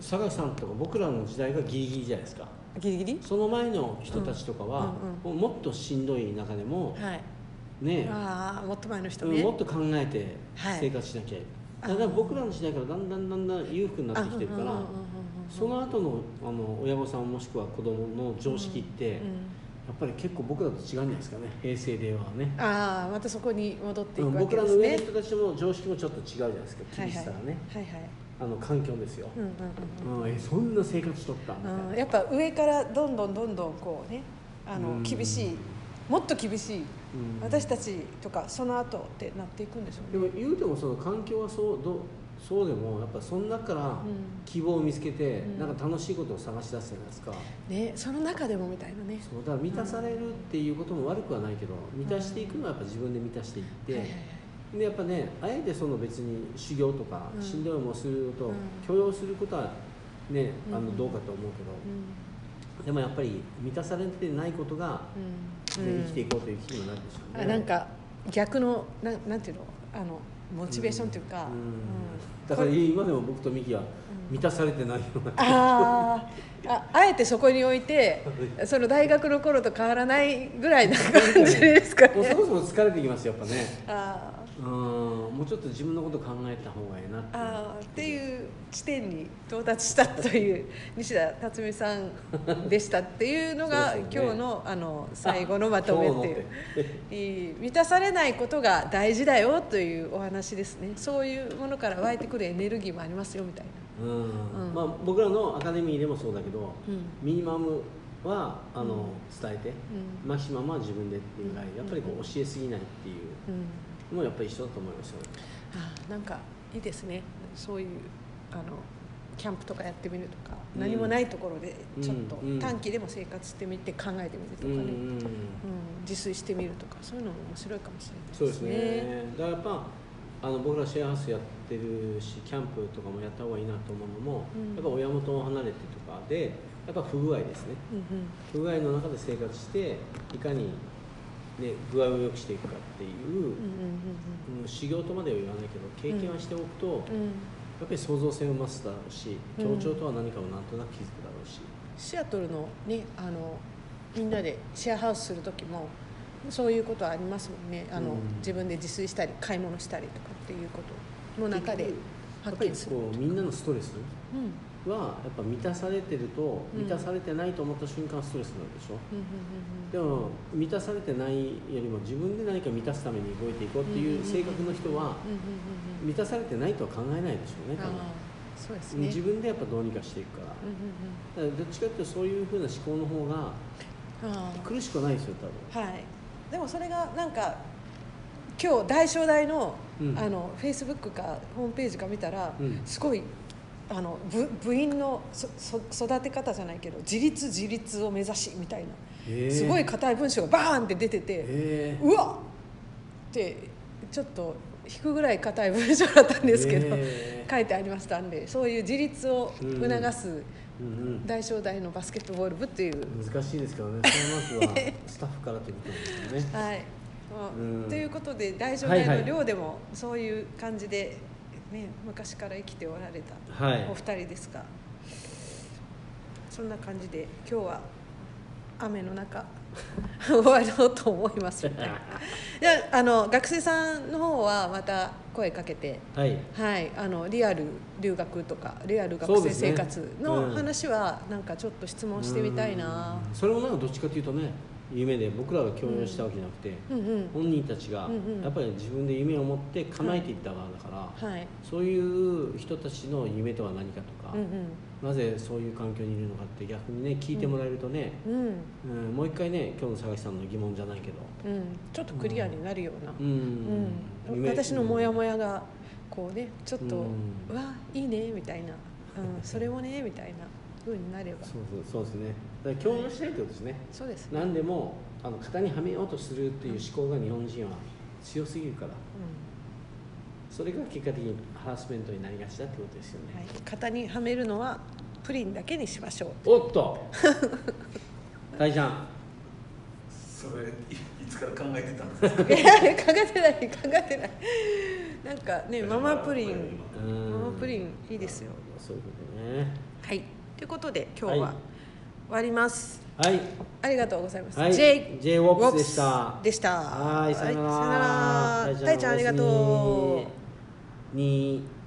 A: 榊さんとか僕らの時代がギリギリじゃないですか
B: ギリギリ
A: その前の人たちとかは、
B: う
A: もうもっとしんどい中でも、
B: はい
A: ね
B: ああもっと前の人
A: うん
B: ね、
A: もっと考えて
B: はい
A: 生活しなきゃ、
B: あ
A: だから僕らの時代からだんだんだんだん裕福になってきてるから、
B: あうんうんうんうんうん
A: その後のあの親御さんもしくは子供の常識って、
B: う
A: や
B: ん
A: っぱり結構僕らと違うんじゃないですかね平成令和はね
B: ああまたそこに戻っていく
A: うん
B: わ
A: 僕
B: け
A: ら
B: で
A: の
B: すね、
A: 上の人たちの常識もちょっと違うじゃないですか厳しさがね、
B: はいはい、はいはい
A: あの環境ですよ、
B: うんうんうん
A: うんえそんな生活しとったみたいな
B: うんあーやっぱ上からどんどんどんどんこうねあ
A: う
B: の
A: ん
B: 厳しいもっと厳しい
A: うん
B: 私たちとかその後ってなっていくんでしょ
A: で
B: うね
A: も言うてもその環境はそうどうそうでもやっぱその中から
B: ん
A: 希望を見つけて、
B: うん
A: なんか楽しいことを探し出すじゃないですか、
B: ねその中でもみたいなね
A: そうだから満たされるっていうことも悪くはないけど満たしていくのはやっぱ自分で満たしていって、
B: はいはいはい
A: でやっぱねあえてその別に修行とか
B: うん
A: しんどい思いをするの
B: う
A: と
B: ん
A: 許容することはね、あの
B: うん
A: どうかと思うけど、
B: う
A: でもやっぱり満たされてないことが、
B: ん
A: ね
B: うん
A: 生きていこうという気にもなるでしょうね。
B: あなんか逆のなんなんていうのあのモチベーションという
A: う
B: か、
A: ん
B: うん
A: だから今でも僕とミキは満たされてないよ うな、
B: あーああえてそこに置いてその大学の頃と変わらないぐらいな感じですか
A: もうそ
B: ね
A: ろそろ疲れてきますよやっぱね
B: あ
A: うんもうちょっと自分のこと考えた方がいいなって
B: あーっていう地点に到達したという西田辰巳さんでしたっていうのが
A: そうですよね
B: 今日のあの最後のまとめっていう
A: あ。
B: いい満たされないことが大事だよというお話ですねそういうものから湧いてくるエネルギーもありますよみたいな、
A: うん
B: うん
A: まあ、僕らのアカデミーでもそうだけど、
B: うん
A: ミニマムはあの、伝えて、
B: う
A: マキシマムは自分でっていうぐらいやっぱりこう教えすぎないってい
B: うん、
A: うのもやっぱり一緒だと思いますよ、
B: あーなんかいいですねそういうあのキャンプとかやってみるとか、
A: うん
B: 何もないところでちょっと
A: うんうん
B: 短期でも生活してみて考えてみると
A: う
B: かね、うんん
A: うん
B: 自炊してみるとかそういうのも面白いかもしれないですね
A: そうですねだからやっぱあの僕らシェアハウスやってるしキャンプとかもやった方がいいなと思うのも、
B: うん
A: やっぱ親元を離れてとかでやっぱ不具合ですね
B: うん
A: 不具合の中で生活していかに、ね、具合を良くしていくかっていう
B: うんうん
A: うん修行とまでは言わないけど経験はしておくと、や
B: うんうんうん
A: っぱり創造性を増すだろうし
B: うん
A: 協調とは何かをなんとなく気づくだろうし、
B: シアトルのねあのみんなでシェアハウスする時もそういうことはありますもんねあの、
A: うん
B: 自分で自炊したり買い物したりとかっていうことの中で
A: 結局やっ
B: 発
A: ぱり
B: 見する
A: こうみんなのストレス
B: うんうん
A: はやっぱ満たされてると
B: うん
A: 満たされてないと思った瞬間ストレスになるでしょ、
B: うん
A: でも満たされてないよりも自分で何か満たすために動いていこうっていう性格の人は
B: うんうんうんうん
A: 満たされてないとは考えないでしょうね
B: あ
A: 多分
B: ーそうです
A: うん
B: ね
A: 自分でやっぱどうにかしていくから
B: うん
A: だからどっちかっていうとそういうふうな思考の方が
B: うんうんあー
A: 苦しくはないですよ多分
B: はいでもそれがなんか今日大正大の,、
A: うん
B: あのフェイスブックかホームページか見たら、
A: うん
B: すごいあの部部員のそそ育て方じゃないけど自立自立を目指しみたいな、
A: へー
B: すごい硬い文章がバーンって出てて、
A: へー
B: うわっってちょっと引くぐらい硬い文章だったんですけど、
A: へー
B: 書いてありましたんでそういう自立を促す
A: うんうん
B: 大正大のバスケットボール部っていう、
A: 難しいですから ね、それはまずはスタッフからということなんですよね。
B: はい、まあ
A: うん
B: ということで大正
A: はい
B: 大
A: は
B: の
A: い
B: 寮でもそういう感じで、ね、昔から生きておられた
A: はい
B: お二人ですが、そんな感じで今日は雨の中 終わろうと思 いますみたいなじゃああの学生さんの方はまた声かけて。
A: はい、
B: はい、あのリアル留学とかリアル
A: そ
B: 学
A: うで
B: 生
A: すね
B: 生活の
A: うん
B: 話はなんかちょっと質問してみたいな
A: うんそれもなんかどっちかというとね、夢で僕らが共有したわけじゃなくて、
B: うんうん
A: 本人たちが
B: うんうん
A: やっぱり自分で夢を持って叶えていった側だから、
B: はい
A: そういう人たちの夢とは何かとか、
B: うんうん
A: なぜそういう環境にいるのかって逆にね聞いてもらえるとね、
B: うん
A: うんもう一回ね今日の佐々木さんの疑問じゃないけど、
B: うん、ちょっとクリアになるような、
A: う
B: うん
A: ん夢
B: 私のモヤモヤがこうねちょっ
A: う
B: と、うんわいいねみたいな、うん、それもねみたいな風になれば
A: そうそうそうですね。だから共有したいってことですね。
B: そうですね、
A: 何でもあの型にはめようとするっていう思考が日本人は強すぎるからそれが結果的にハラスメントになりがちだってことですよ
B: うん
A: ね、
B: はい、型にはめるのはプリンだけにしましょう
A: おっと大ちゃん
C: それいいつから考えてたんですか
B: 考えてない考えてないなんかねママプリン
A: うん
B: ママプリンいいですよ
A: そういうことね
B: はいということで今日は
A: はい
B: 終わります、
A: はい
B: ありがとうございます。
A: はい
B: J
A: J ウォップスでした
B: でした
A: はいさよなら
B: はいさよなら。大ちゃんありが
A: お
B: と
A: や
B: う。
A: すみに